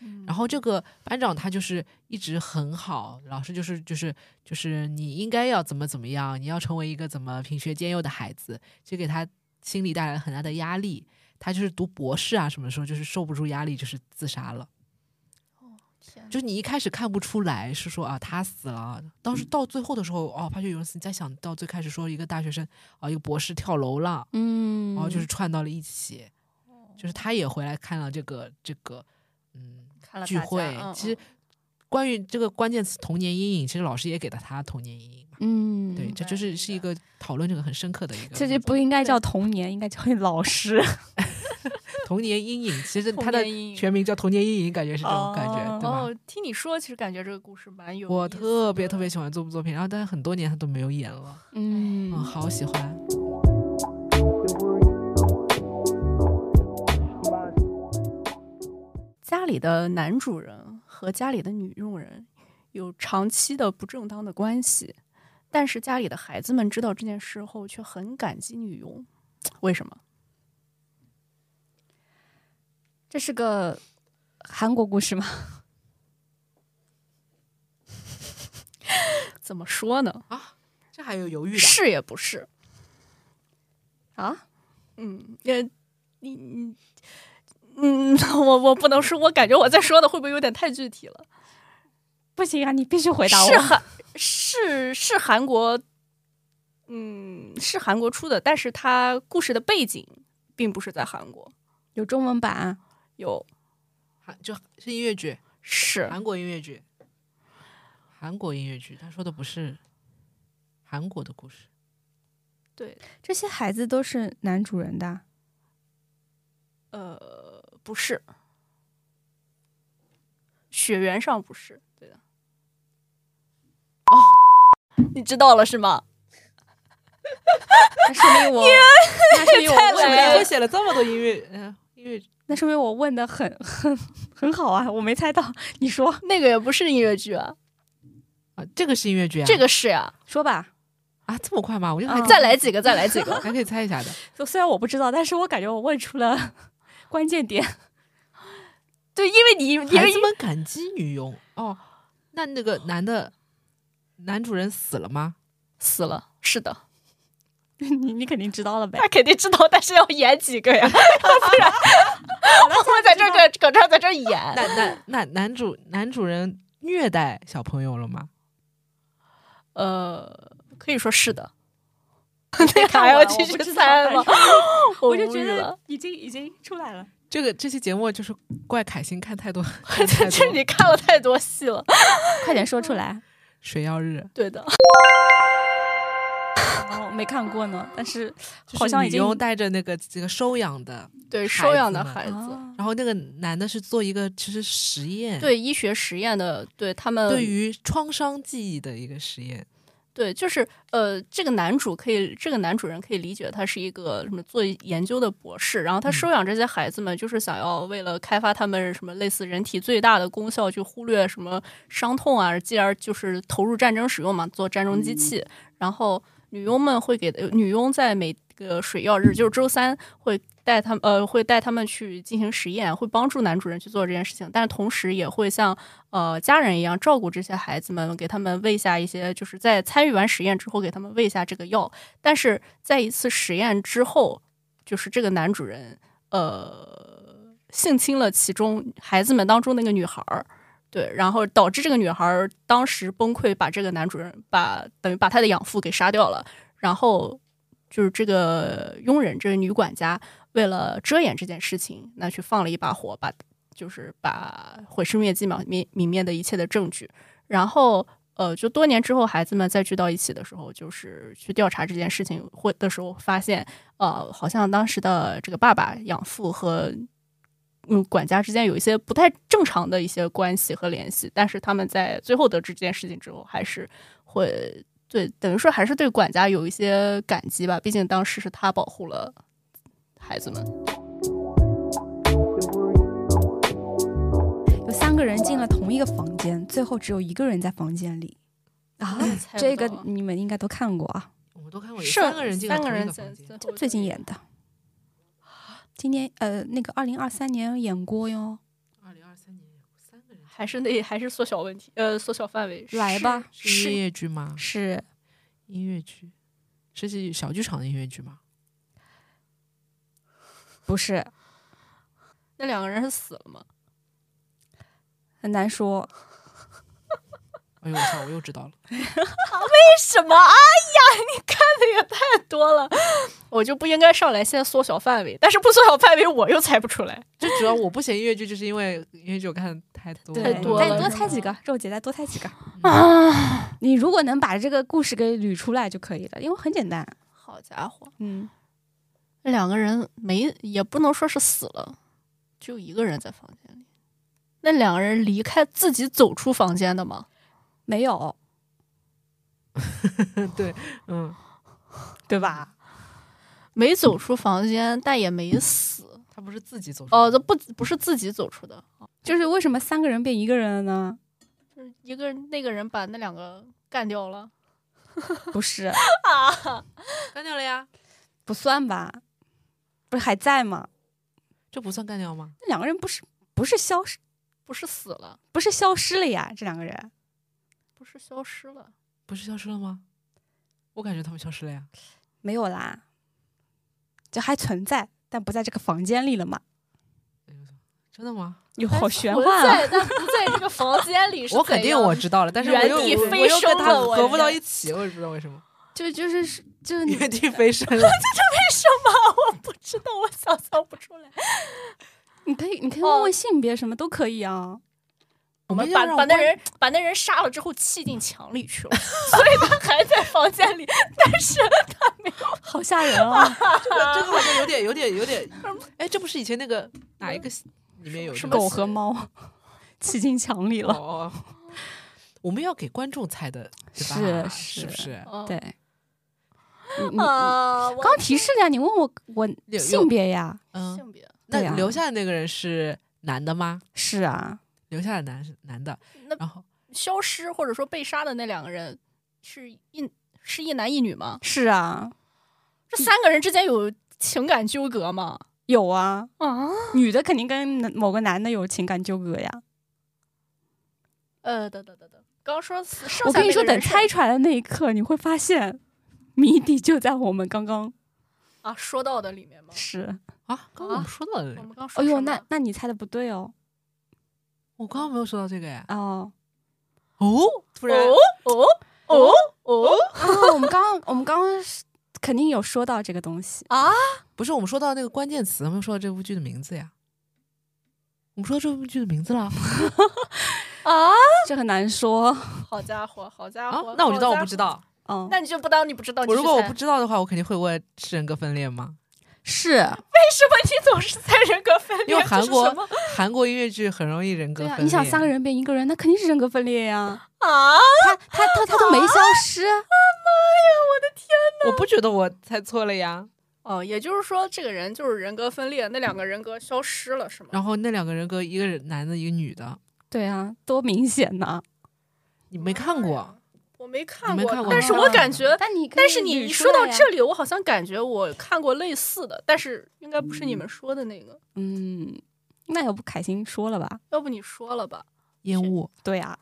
嗯，然后这个班长他就是一直很好，老师就是就是就是你应该要怎么怎么样，你要成为一个怎么品学兼优的孩子，就给他心里带来了很大的压力。他就是读博士啊，什么时候就是受不住压力，就是自杀了。就是你一开始看不出来是说啊他死了，当
嗯
时到最后的时候哦发觉有人死，你再想到最开始说一个大学生啊一个博士跳楼了，
嗯
然后就是串到了一起，
哦
就是他也回来看了这个这个嗯
看了
聚
大家
会，
嗯
其实关于这个关键词童年阴影，其实老师也给了他童年阴影嘛，
嗯，
对，这
白
就是
明
是一
白
个讨论这个很深刻的一个
这就不应该叫童年，应该叫老师。
童年阴影，其实
童
他的
年阴影
全名叫童年阴影，感觉是这种感觉，
哦
对吧？
哦，听你说，其实感觉这个故事蛮有
我
意思
特别
的
特别喜欢这部作品，然后但是很多年他都没有演了，
嗯
嗯，好喜欢。
家里的男主人和家里的女佣人有长期的不正当的关系，但是家里的孩子们知道这件事后却很感激女佣，为什么？
这是个韩国故事吗？
怎么说呢？
这还有犹豫的？
是也不是，
啊，
嗯，呃，你你。嗯， 我我不能说，我感觉我在说的会不会有点太具体了？
不行啊，你 必须回答我。
是韩是是韩国，嗯，是韩国出的，但是它故事的背景并不是在韩国，
有中文版，啊
有
韩就是音乐剧，
是
韩国音乐剧，韩国音乐剧。他说的不是韩国的故事，
对，
这些孩子都是男主人 的。
呃，不是，血缘上不是，对的。哦， 你知道了是吗？
那说明我，那说明我问
来
的
了
我，写了这么多音乐，嗯、音乐剧
那说明我问的很 很很好啊，我没猜到。你说
那个也不是音乐剧啊，
啊，这个是音乐剧啊，
这个是呀、
说吧，
啊这么快吗？我就还、
嗯
再来几个，再来几个。
还可以猜一下 的。
就虽然我不知道，但是我感觉我问出了 关键点。
对，因为你因
孩
为
子们感激女佣哦，那那个男的男主人死了 吗？
死了，是的，
你你肯定知道了 呗
他？肯定知道，但是要演几个呀，不然我在这 儿搁搁这儿在这儿演。
那那那男主男主人虐待小朋友了吗？
呃，可以说是的。
别看
还
我
要
了
继
我不
续
知道
猜吗？
我
我
就
无
觉
语
得
了
已经已经出来了。
这个这期节目就是怪凯欣 看太多，看
在
太多
这里看了太多戏了。
快点说出来！
水曜日，
对的，
我哦没看过呢，但是
就是
好像已
女
经
佣带着那个这个收养的，
对
孩
收养
子
的
们
孩子，
啊
然后那个男的是做一个其实实验，
对嗯医学实验的，对他们
对于创伤记忆的一个实验，
对，就是呃，这个男主可以，这个男主人可以理解他是一个什么做研究的博士，然后他收养这些孩子们，就是想要为了开发他们什么类似人体最大的功效，去忽略什么伤痛啊，继而就是投入战争使用嘛，做战争机器。然后女佣们会给的女佣在每个水曜日，就是周三会带他们呃会带他们去进行实验，会帮助男主人去做这件事情，但是同时也会像呃家人一样照顾这些孩子们，给他们喂下一些就是在参与完实验之后给他们喂下这个药，但是在一次实验之后，就是这个男主人呃性侵了其中孩子们当中那个女孩儿。对，然后导致这个女孩儿当时崩溃，把这个男主人把等于把他的养父给杀掉了。然后就是这个佣人，这个女管家，为了遮掩这件事情，那去放了一把火，把就是把毁尸灭迹嘛，灭泯灭的一切的证据。然后呃，就多年之后，孩子们再聚到一起的时候，就是去调查这件事情会的时候，发现呃，好像当时的这个爸爸、养父和嗯，管家之间有一些不太正常的一些关系和联系，但是他们在最后得知这件事情之后，还是会对等于说还是对管家有一些感激吧，毕竟当时是他保护了孩子们。
有三个人进了同一个房间，最后只有一个人在房间 里。啊， 这个你们应该都看过啊，
我们都看过，有
是
三个人进了
三个
同一
人
个房间，
就最近演的。今年呃，那个二零二三年演过哟，
二零二三年有三个人进
还是那还是缩小问题，呃，缩小范围。
来吧
是是音乐剧吗？
是
音乐剧，是是小剧场的音乐剧吗？
不是
那两个人是死了吗？
很难说？
哎呦我操，我又知道了，
什么？哎呀，你看的也太多了，我就不应该上来先缩小范围，但是不缩小范围我又猜不出来。
就主要我不写音乐剧，就是因为音乐剧我看太多
太多
再
了
多
是
猜
吗
几个，肉姐再多猜几个。
啊，
你如果能把这个故事给捋出来就可以了，因为很简单。
好家伙！
嗯，
那两个人没也不能说是死了，只有一个人在房间里。那两个人离开自己走出房间的吗？
没有，
对，嗯，
对吧？
没走出房间，但也没死。
他不是自己走出
哦，这不不是自己走出的，哦
就是为什么三个人变一个人了呢？
就是嗯一个人那个人把那两个干掉了。
不是，
干掉了呀，
不算吧？不是还在吗？
这不算干掉吗？
那两个人不是不是消失，
不是死了，
不是消失了呀？这两个人
不是消失了，
不是消失了吗？我感觉他们消失了呀，
没有啦，就还存在，但不在这个房间里了嘛？
真的吗？
有
但
好
是
玄
不
幻啊！
在，但不在这个房间 里是
我肯
怎
定
样
我知道了，但是我
原
又
地
我
飞
我又跟
升
他
了我
合不
这
到一起，我也不知道为什 么
就就是就是你
原地飞升 了。
为什么？我不知道，我想象不出来。
你可以你可以问问性别什么都可以啊。
我们
们
把
要让
把那
观
人把那人杀了之后，气进墙里去了，所以他还在房间里。但是
好吓人啊！
这个好像有点有点有点，哎，这不是以前那个哪一个戏里面有
什
这
么
个
嗯狗和猫 骑进墙里
哦
了。
哦， 哦我们要给观众猜的，对吧？
是哦
是不
是
是？
哦
对，你你
嗯啊，我
刚提示了呀，你问我我
有
性别呀？
嗯，
性别
对
那
啊
留下的那个人是男的吗？
是啊，
留下的男是男的，
那
然后
消失或者说被杀的那两个人是一是一男一女吗？
是啊，
这三个人之间有情感纠葛吗？
有啊，
啊，
女的肯定跟男某个男的有情感纠葛呀。
呃，等等等等，刚说死剩
我
下
跟你
那
说，
个
等
人是
猜出来的那一刻，你会发现谜底就在我们刚刚
啊，说到的里面吗？
是。
啊，刚刚我们说到的
我
人，
们刚说
哎呦，
什么
那那你猜的不对哦。
我刚刚没有说到这个哎，
哦，
哦，突 然
哦哦哦哦
啊，我们刚刚我们刚刚是肯定有说到这个东西。
啊！
不是我们说到那个关键词，没有说到这部剧的名字呀。我们说到这部剧的名字了
啊！
这很难说。
好家伙，好家
哦啊
伙！，
那我就
好
当我
家
不
伙
知，道。
嗯，
那你就不当你不知道。
我如果我不
知
知道的话，我肯定会问是人格分裂吗？
是
为什么你总是在人格分裂？
因为韩
这是
国
什么
韩国音乐剧很容易人格
对
分
啊，
裂。
你想三个人变一个人，那肯定是人格分裂呀。
啊，
他他他他都没消 失，
我不觉得我猜错了呀。
哦，也就是说，这个人就是人格分裂，那两个人格消失了，是吗？
然后那两个人格，一个人男的，一个女的，
对啊，多明显呐！
你没看过？
哎我没看
你没
过，
看过
但
吗
是我感觉，
但你可以
但是你
捋出
说到
来呀
这，里，我好像感觉我看过类似的，但是应该不是你们说的那个，
嗯，那要不凯欣说了吧？
要不你说了吧？
烟雾，
对啊，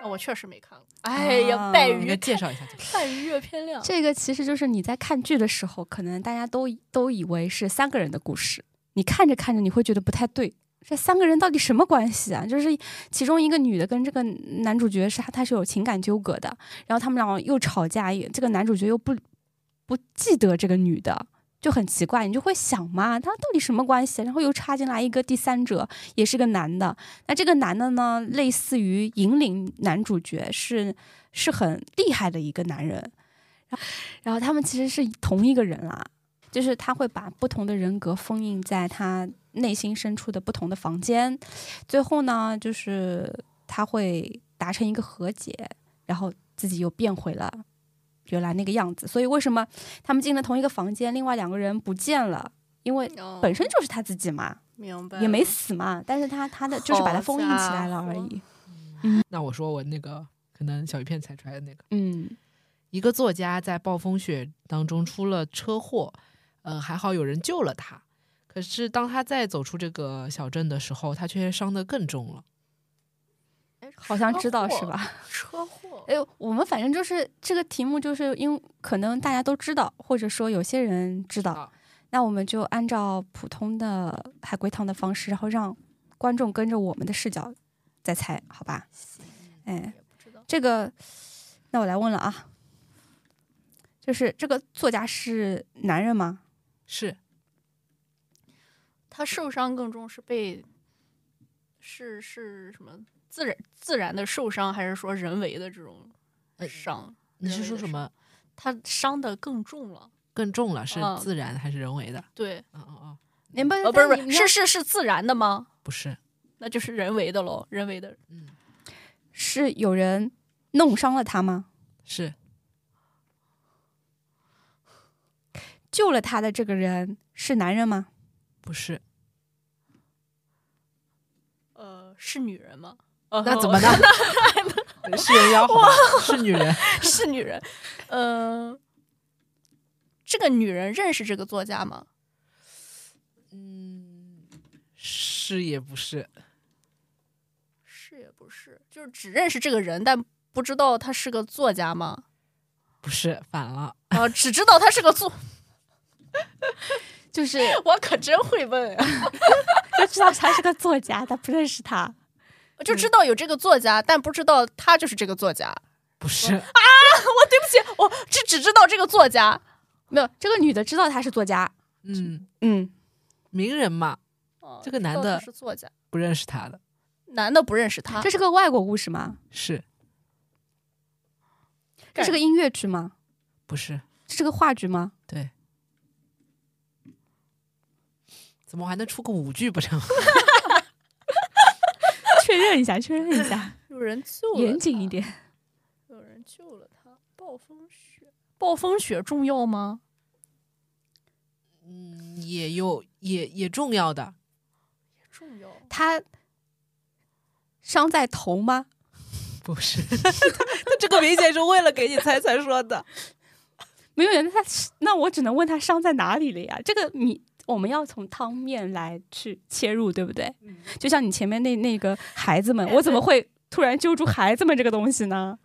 那啊我确实没看过。哎呀，半
嗯
啊你来
鱼
介绍一下这个。
半鱼月偏亮，
这个其实就是你在看剧的时候，可能大家都都以为是三个人的故事，你看着看着你会觉得不太对，这三个人到底什么关系啊？就是其中一个女的跟这个男主角是他他是有情感纠葛的，然后他们俩又吵架，也这个男主角又不不记得这个女的。就很奇怪，你就会想嘛，他到底什么关系？然后又插进来一个第三者，也是个男的。那这个男的呢，类似于引领男主角，是是很厉害的一个男人。然后他们其实是同一个人啦，就是他会把不同的人格封印在他内心深处的不同的房间，最后呢，就是他会达成一个和解，然后自己又变回了原来那个样子。所以为什么他们进了同一个房间，另外两个人不见了？因为
哦
本身就是他自己嘛，
明白
也没
了
死嘛，但是他他的就是把它
好
封印起来了
家
而
伙
已。
那我说我那个可能小鱼片才出来的那个，
嗯，
一个作家在暴风雪当中出了车祸，呃，还好有人救了他。可是当他再走出这个小镇的时候，他却伤得更重了。
好像
哎车
知道是
祸
吧？
车祸，
哎，我们反正就是这个题目，就是因为可能大家都知道，或者说有些人知道，
啊
那我们就按照普通的海龟汤的方式，然后让观众跟着我们的视角再猜，好吧？哎，
不知道
这个，那我来问了啊，就是这个作家是男人吗？
是
他受伤更重是被是是什么自然自然的受伤，还是说人为的这种
呃
伤？
你
人
是
为
说
的
什
伤
么？
他伤的更重了，
更重了？是
嗯
自然还是人为的？
对，
嗯嗯嗯，
你哎不是
呃，不是不
但你
是，是
你
是是自然的吗？
不是，
那就是人为的喽，人为的
嗯
是有人弄伤了他吗？
是
救了他的这个人是男人吗？
不是？
呃，是女人吗？哦
那怎么呢？ 是人妖好吧，是女人，
是女人？呃，这个女人认识这个作家吗？
嗯，是也不是，
是也不是，就是只认识这个人，但不知道他是个作家吗？
不是反了，
啊、只知道他是个作，
就是
我可真会问啊！
就知道他是个作家，他不认识他。
我就知道有这个作家，但不知道他就是这个作家。
不是，
对不起，我只只知道这个作家。
没有，这个女的知道他是作家，
嗯，
嗯，
名人嘛，
哦
这个男
知道他
的
是作家，
不认识他的，
男的不认识他。
啊这是个外国故事吗？
是
这是个音乐剧吗？
不是？
这是个话剧吗？
对，怎么还能出个舞剧不成？
确认一下，确认一 下，
有人救了，
严谨一。点。
有人救了他。暴风雪，暴风雪重要吗？
嗯，也有也也重要的，
重要。
他伤在头吗？
不是？他这个明显是为了给你猜才说的。
没有，那他那我只能问他伤在哪里了呀？这个你我们要从汤面来去切入，对不对？就像你前面那那个孩子们，我怎么会突然揪住孩子们这个东西呢？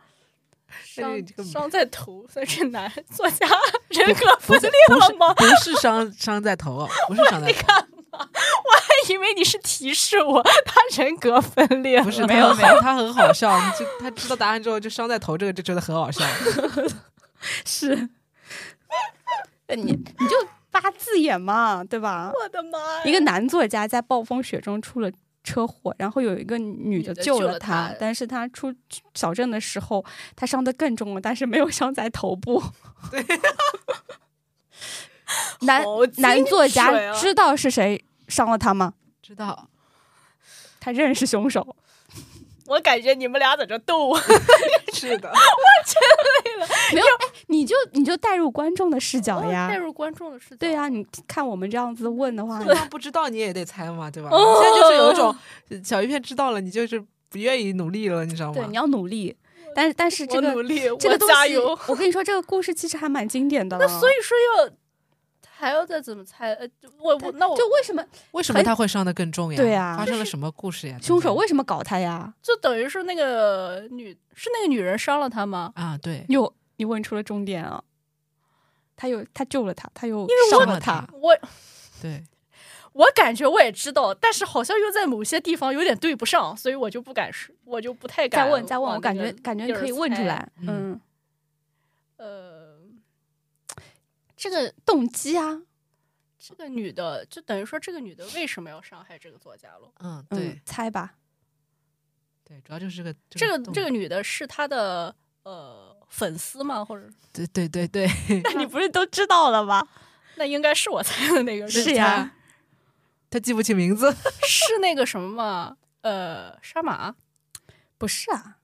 但
伤
是这个
伤在头，所以这男作家人格
不
分
是
裂
不
了
是
吗？
不是伤伤在头，不是 伤在头，
还以为你是提示我他人格分裂了，
不是
没
他
有
很
没有。
他很好笑， 你就他知道答案之后就伤在头，这个就觉得很 好笑。
是，呃你你就八字眼嘛，对吧？
我的妈呀！
一个男作家在暴风雪中出了车祸，然后有一个女的
的
救
救
了
了
他，
他
但是他出小镇的时候，他伤得更重了，但是没有伤在头部。对， 男
好精
男作家
准啊
知道是谁伤了他吗？
知道
他认识凶手，
我感觉你们俩在这逗我。
是的，
你就你就带入观众的视角呀
带。入观众的视角。
对呀、你看我们这样子问的话，哦
对方不知道你也得猜嘛，对吧？现在就是有一种小鱼片知道了，你就是不愿意努力了，你知道吗？
对，你要努力。但是但是这
我努
个
力，
这个
我
东
加
西
油。，
我跟你说，这个故事其实还蛮经 典的了。
那所以说要还要再怎么猜？呃，就我我那我
就为什么
为什么他会伤得更重呀？
对啊
发生了什么故事呀？
凶手
等等
为什么搞他呀？
就等于是那个女是那个女人伤了他吗？
啊？对，
又你问出了重点啊！他又他救了他，他又
为
伤
我
了他。
我
对，
我感觉我也知道，但是好像又在某些地方有点对不上，所以我就不敢说，我就不太敢
再问再问，
往
我感
那
觉
个
感觉
地
你
儿
可以问出
猜。
来。
嗯
嗯，
呃，
这个动机啊，
这个女的就等于说这个女的为什么要伤害这个作家了？
嗯，对，
嗯，猜吧。
对，主要就是这个
这个
动
这个女的是她的呃粉丝吗？或者
对对对对，
那你不是都知道了吗？
那应该是我猜的那个人
是呀，
他记不起名字，
是那个什么吗？呃，杀马
不是啊，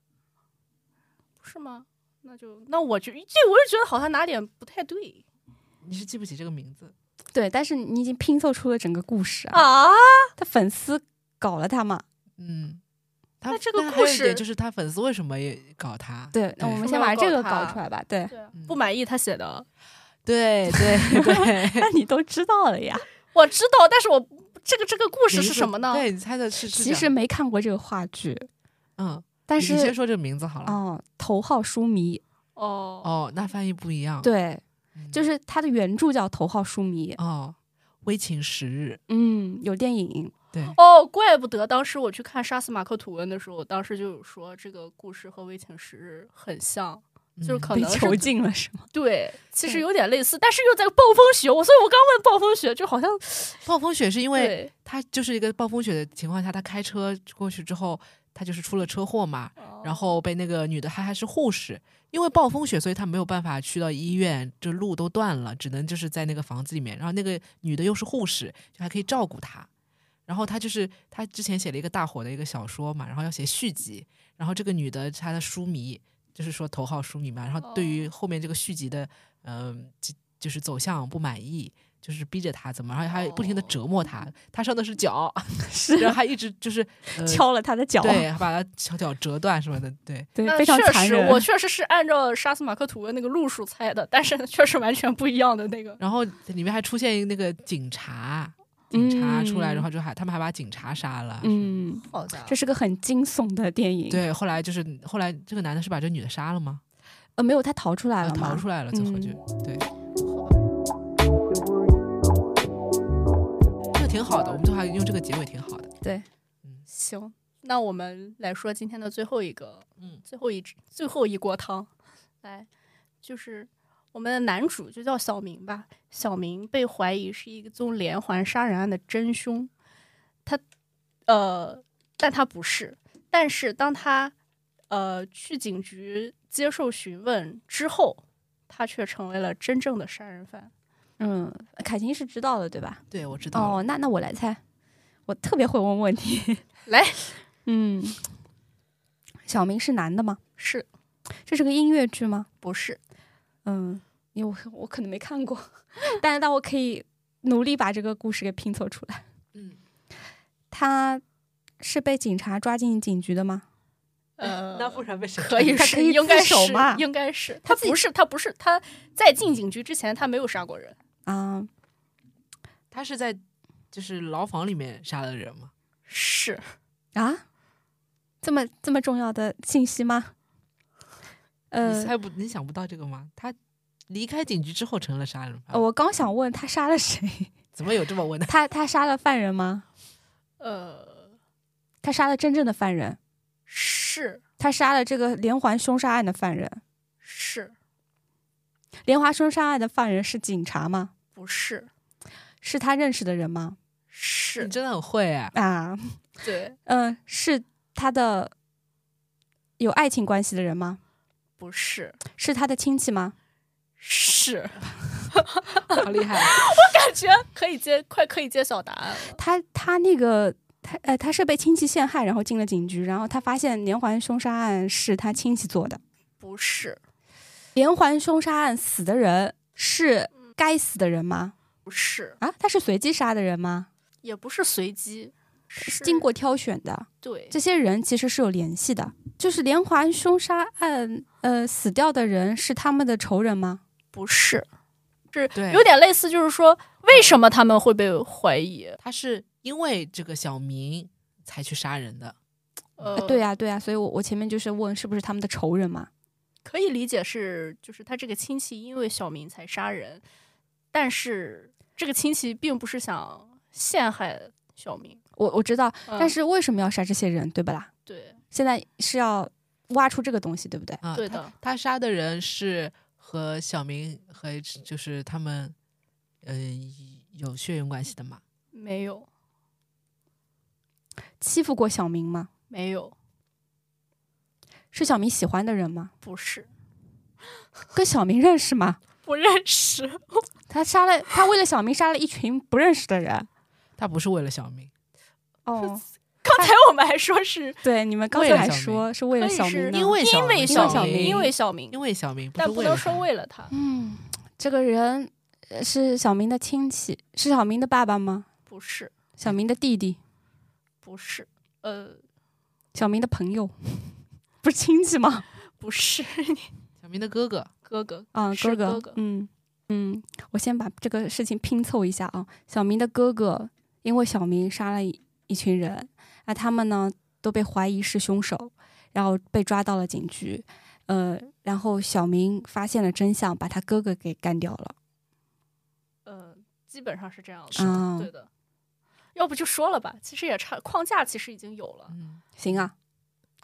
不是吗？那就那我就这我就觉得好像哪点不太对
你是记不起这个名字。
对，但是你已经拼凑出了整个故事啊。
啊。
他粉丝搞了他嘛？
嗯，他
那这个
但
故
还有一
事
点就是他粉丝为什么也搞他？
对，那我们先把这个搞出来吧。对，
对啊
嗯
不满意他写的，
对对 对，
那你都知道了 呀。
我知道，但是我这个这个故事
名
是
字
什么呢？
对，你猜的是是
其
这
实
样
没看过这个话剧，
嗯，
但
你先
是
说这个名字好了。
哦，头号书迷，
哦
哦，那翻译不一样。，
对，
嗯
就是它的原著叫《头号书迷》，
哦，微情十日。
嗯，有电影，
对，
哦，怪不得当时我去看《杀死马克·吐温》的时候，我当时就有说这个故事和《危情十日》很像，就是
嗯
可
被
能是
囚禁了是吗？
对，其实
对
有点类似，但是又在暴风雪。我所以，我刚问暴风雪，就好像
暴风雪是因为
对，
他就是一个暴风雪的情况下，他开车过去之后，他就是出了车祸嘛，然后被那个女的，她还是护士，因为暴风雪，所以她没有办法去到医院，这路都断了，只能就是在那个房子里面。然后那个女的又是护士，就还可以照顾她。然后她就是她之前写了一个大火的一个小说嘛，然后要写续集。然后这个女的她的书迷，就是说头号书迷嘛，然后对于后面这个续集的，嗯、就就是走向不满意。就是逼着她怎么，然后还不停的折磨她，她伤的是脚，
哦 是
然后还一直就是、呃、
敲了他的 脚，
对，还把她小脚折断什么的，对，
对
那
非常
确
残
实，
忍。
我确实是按照《杀死马克·吐温》那个路数猜的，但是 确实完全不一样的那个。
然后里面还出现那个警察，警察出来，
嗯
然后就还他们还把警察杀了。
嗯，
好的
这是个很惊悚的电影。，
对，后来就是后来这个男的是把这女的杀了吗？
呃，没有，他逃出
啊，
来了嘛，嗯
逃出来了，最后就、对。这个挺好的，我们最后还用这个结尾挺好的。
对，
行，那我们来说今天的最后一个，
嗯，
最后一只最后一锅汤，来，就是我们的男主就叫小明吧。小明被怀疑是一宗连环杀人案的真凶，他呃，但他不是。但是当他呃去警局接受询问之后，他却成为了真正的杀人犯。
嗯，凯琴是知道的对吧？
对，我知道了。
哦，那那我来猜，我特别会问问题。
来，
嗯，小明是男的吗？
是
这是个音乐剧吗？
不是？
嗯，因为我我可能没看 过，但是但我可以努力把这个故事给拼凑出来。
嗯，
他是被警察抓进警局的吗？
呃，
然被谁
可以
他
是，
可以
应该
自首
是
嘛，
应该是
他
他
自己
不是，他不是，他在进警局之前他没有杀过人，
啊、
他是在就是牢房里面杀的人吗？
是
啊，这么这么重要的信息吗？
你
呃，
猜不？你想不到这个吗？他离开警局之后成了杀人
哦
犯，
呃我刚想问他杀了谁？
怎么有这么 问的？
他他杀了犯人吗？
呃
他杀了真正的犯人，
是
他杀了这个连环凶杀案的犯人。
是
连环凶杀案的犯人是警察吗？
不是
是他认识的人吗？
是
你真的很会哎、
啊，
对
嗯，是他的有爱情关系的人吗？
不是
是他的亲戚吗？
是，
好厉害！
感觉可以揭快可以揭晓答案了，
他他那个他呃，他是被亲戚陷害，然后进了警局，然后他发现连环凶杀案是他亲戚做的，
不是
连环凶杀案死的人是该死的人吗？
不是
啊，他是随机杀的人吗？
也不是随机，
是经过挑选的，
对
这些人其实是有联系的。就是连环凶杀案，呃，死掉的人是他们的仇人吗？
不是，是
对
有点类似，就是说
嗯
为什么他们会被怀疑？
他是因为这个小明才去杀人的。
呃
啊，对呀、对呀、所以我我前面就是问是不是他们的仇人嘛？
可以理解是，就是他这个亲戚因为小明才杀人，但是这个亲戚并不是想陷害小明，
我我知道，
嗯
但是为什么要杀这些人，对不啦？
对
现在是要挖出这个东西，对不对？
啊，
对
他
的，
他杀的人是和小明和就是他们，嗯、有血缘关系的嘛？
没有
欺负过小明吗？
没有，
是小明喜欢的人吗？
不是
跟小明认识吗？
不认识，
他杀了他为了小明杀了一群不认识的人。
他不是为了小明，
哦，
刚才我们还说是
对，你们刚
为
才
了
还
小明
说是为了
可以
小
是
明呢，
因为
因为
小
小
明
因为小明，
因为小明，
但
不
不
是为
能
了
说
他
为了他，
嗯，这个人呃是小明的亲戚，是小明的爸爸吗？
不是
小明的弟弟，
不是，呃，
小明的朋友， 不是亲戚吗？
不是
小明的哥哥。
哥哥
啊，
是
哥，
哥哥
嗯嗯，我先把这个事情拼凑一下啊。小明的哥哥因为小明杀了一一群人，啊，他们呢都被怀疑是凶手，然后被抓到了警局，呃，然后小明发现了真相，把他哥哥给干掉了。
呃，基本上是这样
是的嗯
对的。要不就说了吧，其实也差框架，其实已经有了。
嗯，
行啊，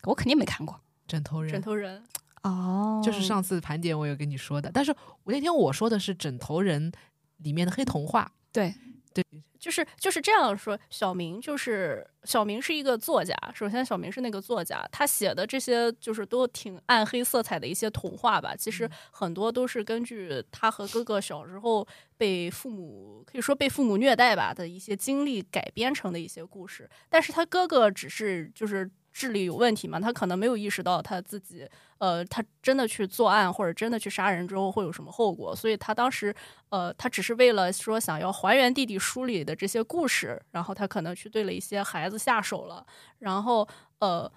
我肯定没看过
枕头人，
枕头人
哦
就是上次盘点我有跟你说的，但是我那天我说的是枕头人里面的黑童话，
对
就是就是这样说，小明就是小明是一个作家。首先，小明是那个作家，他写的这些就是都挺暗黑色彩的一些童话吧。其实很多都是根据他和哥哥小时候被父母可以说被父母虐待吧的一些经历改编成的一些故事。但是他哥哥只是就是智力有问题嘛，他可能没有意识到他自己呃，他真的去作案或者真的去杀人之后会有什么后果，所以他当时呃，他只是为了说想要还原弟弟书里的这些故事，然后他可能去对了一些孩子下手了，然后呃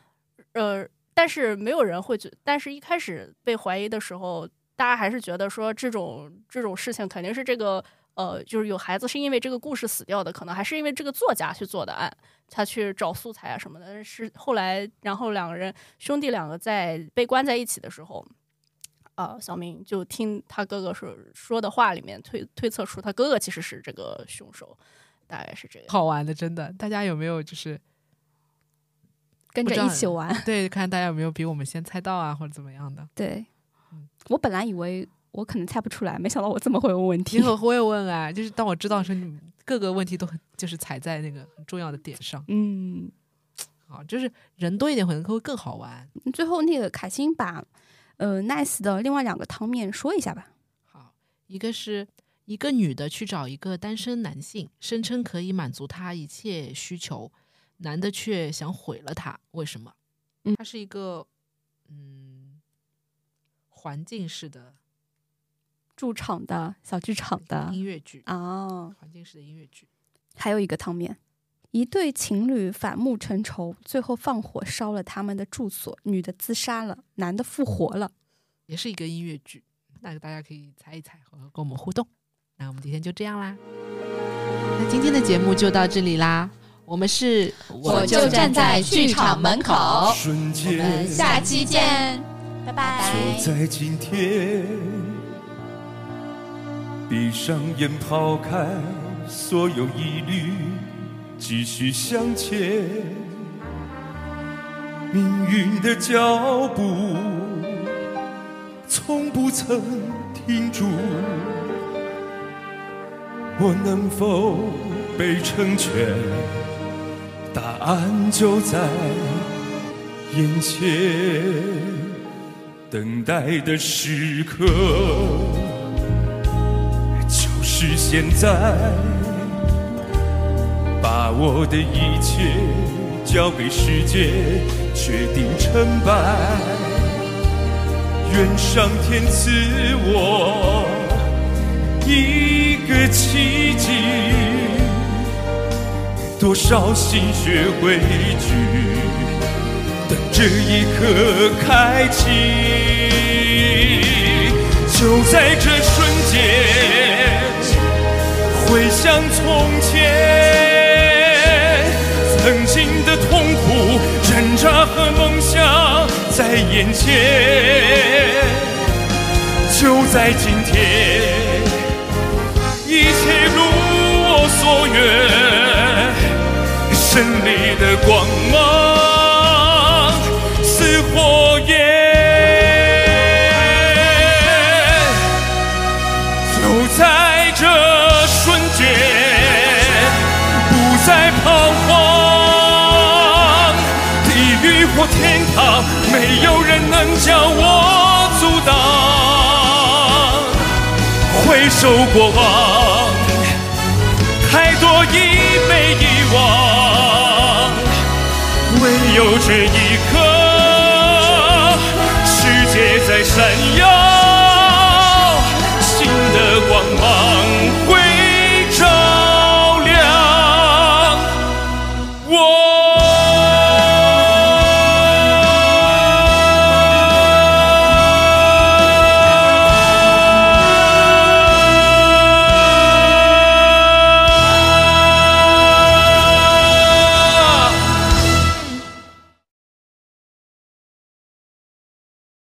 呃，但是没有人会觉，但是一开始被怀疑的时候，大家还是觉得说这种这种事情肯定是这个呃，就是有孩子是因为这个故事死掉的，可能还是因为这个作家去做的案，他去找素材啊什么的。但是后来，然后两个人兄弟两个在被关在一起的时候，啊、小明就听他哥哥说说的话里面推推测出他哥哥其实是这个凶手，大概是这样。
好玩的，真的。大家有没有就是
跟
不
着
知道
一起玩。
对看大家有没有比我们先猜到啊，或者怎么样的？
对
嗯，
我本来以为我可能猜不出来，没想到我这么会问问题
你。很会问啊，就是当我知道的时候，你各个问题都很就是踩在那个很重要的点上
嗯，
啊，就是人多一点可能会更好玩。
最后那个卡辛把呃 Nice 的另外两个汤面说一下吧。
好，一个是一个女的去找一个单身男性，声称可以满足她一切需求，男的却想毁了她，为什么？
嗯
它是一个嗯环境式的
驻场的小剧场的
音乐剧，
哦，
环境式的音乐剧。
还有一个汤面，一对情侣反目成仇，最后放火烧了他们的住所，女的自杀了，男的复活了。
也是一个音乐剧，那大家可以猜一猜和跟我们互动。那我们今天就这样啦，那今天的节目就到这里啦，我们是
我就站在剧场门口，
瞬
我们
间
下期见，
拜
拜。
在今天，闭上眼，抛开所有疑虑，继续向前。命运的脚步从不曾停住，我能否被成全？答案就在眼前。等待的时刻就是现在，把我的一切交给世界，决定成败。愿上天赐我一个奇迹，多少心血汇聚，等这一刻开启。就在这瞬间，回想从前，曾经的痛苦、挣扎和梦想在眼前。就在今天，一切如我所愿，胜利的光芒似火焰。就在这瞬间，不再彷徨。地狱或天堂，没有人能将我阻挡。回首过往，太多已被遗忘，唯有这一刻，世界在闪耀。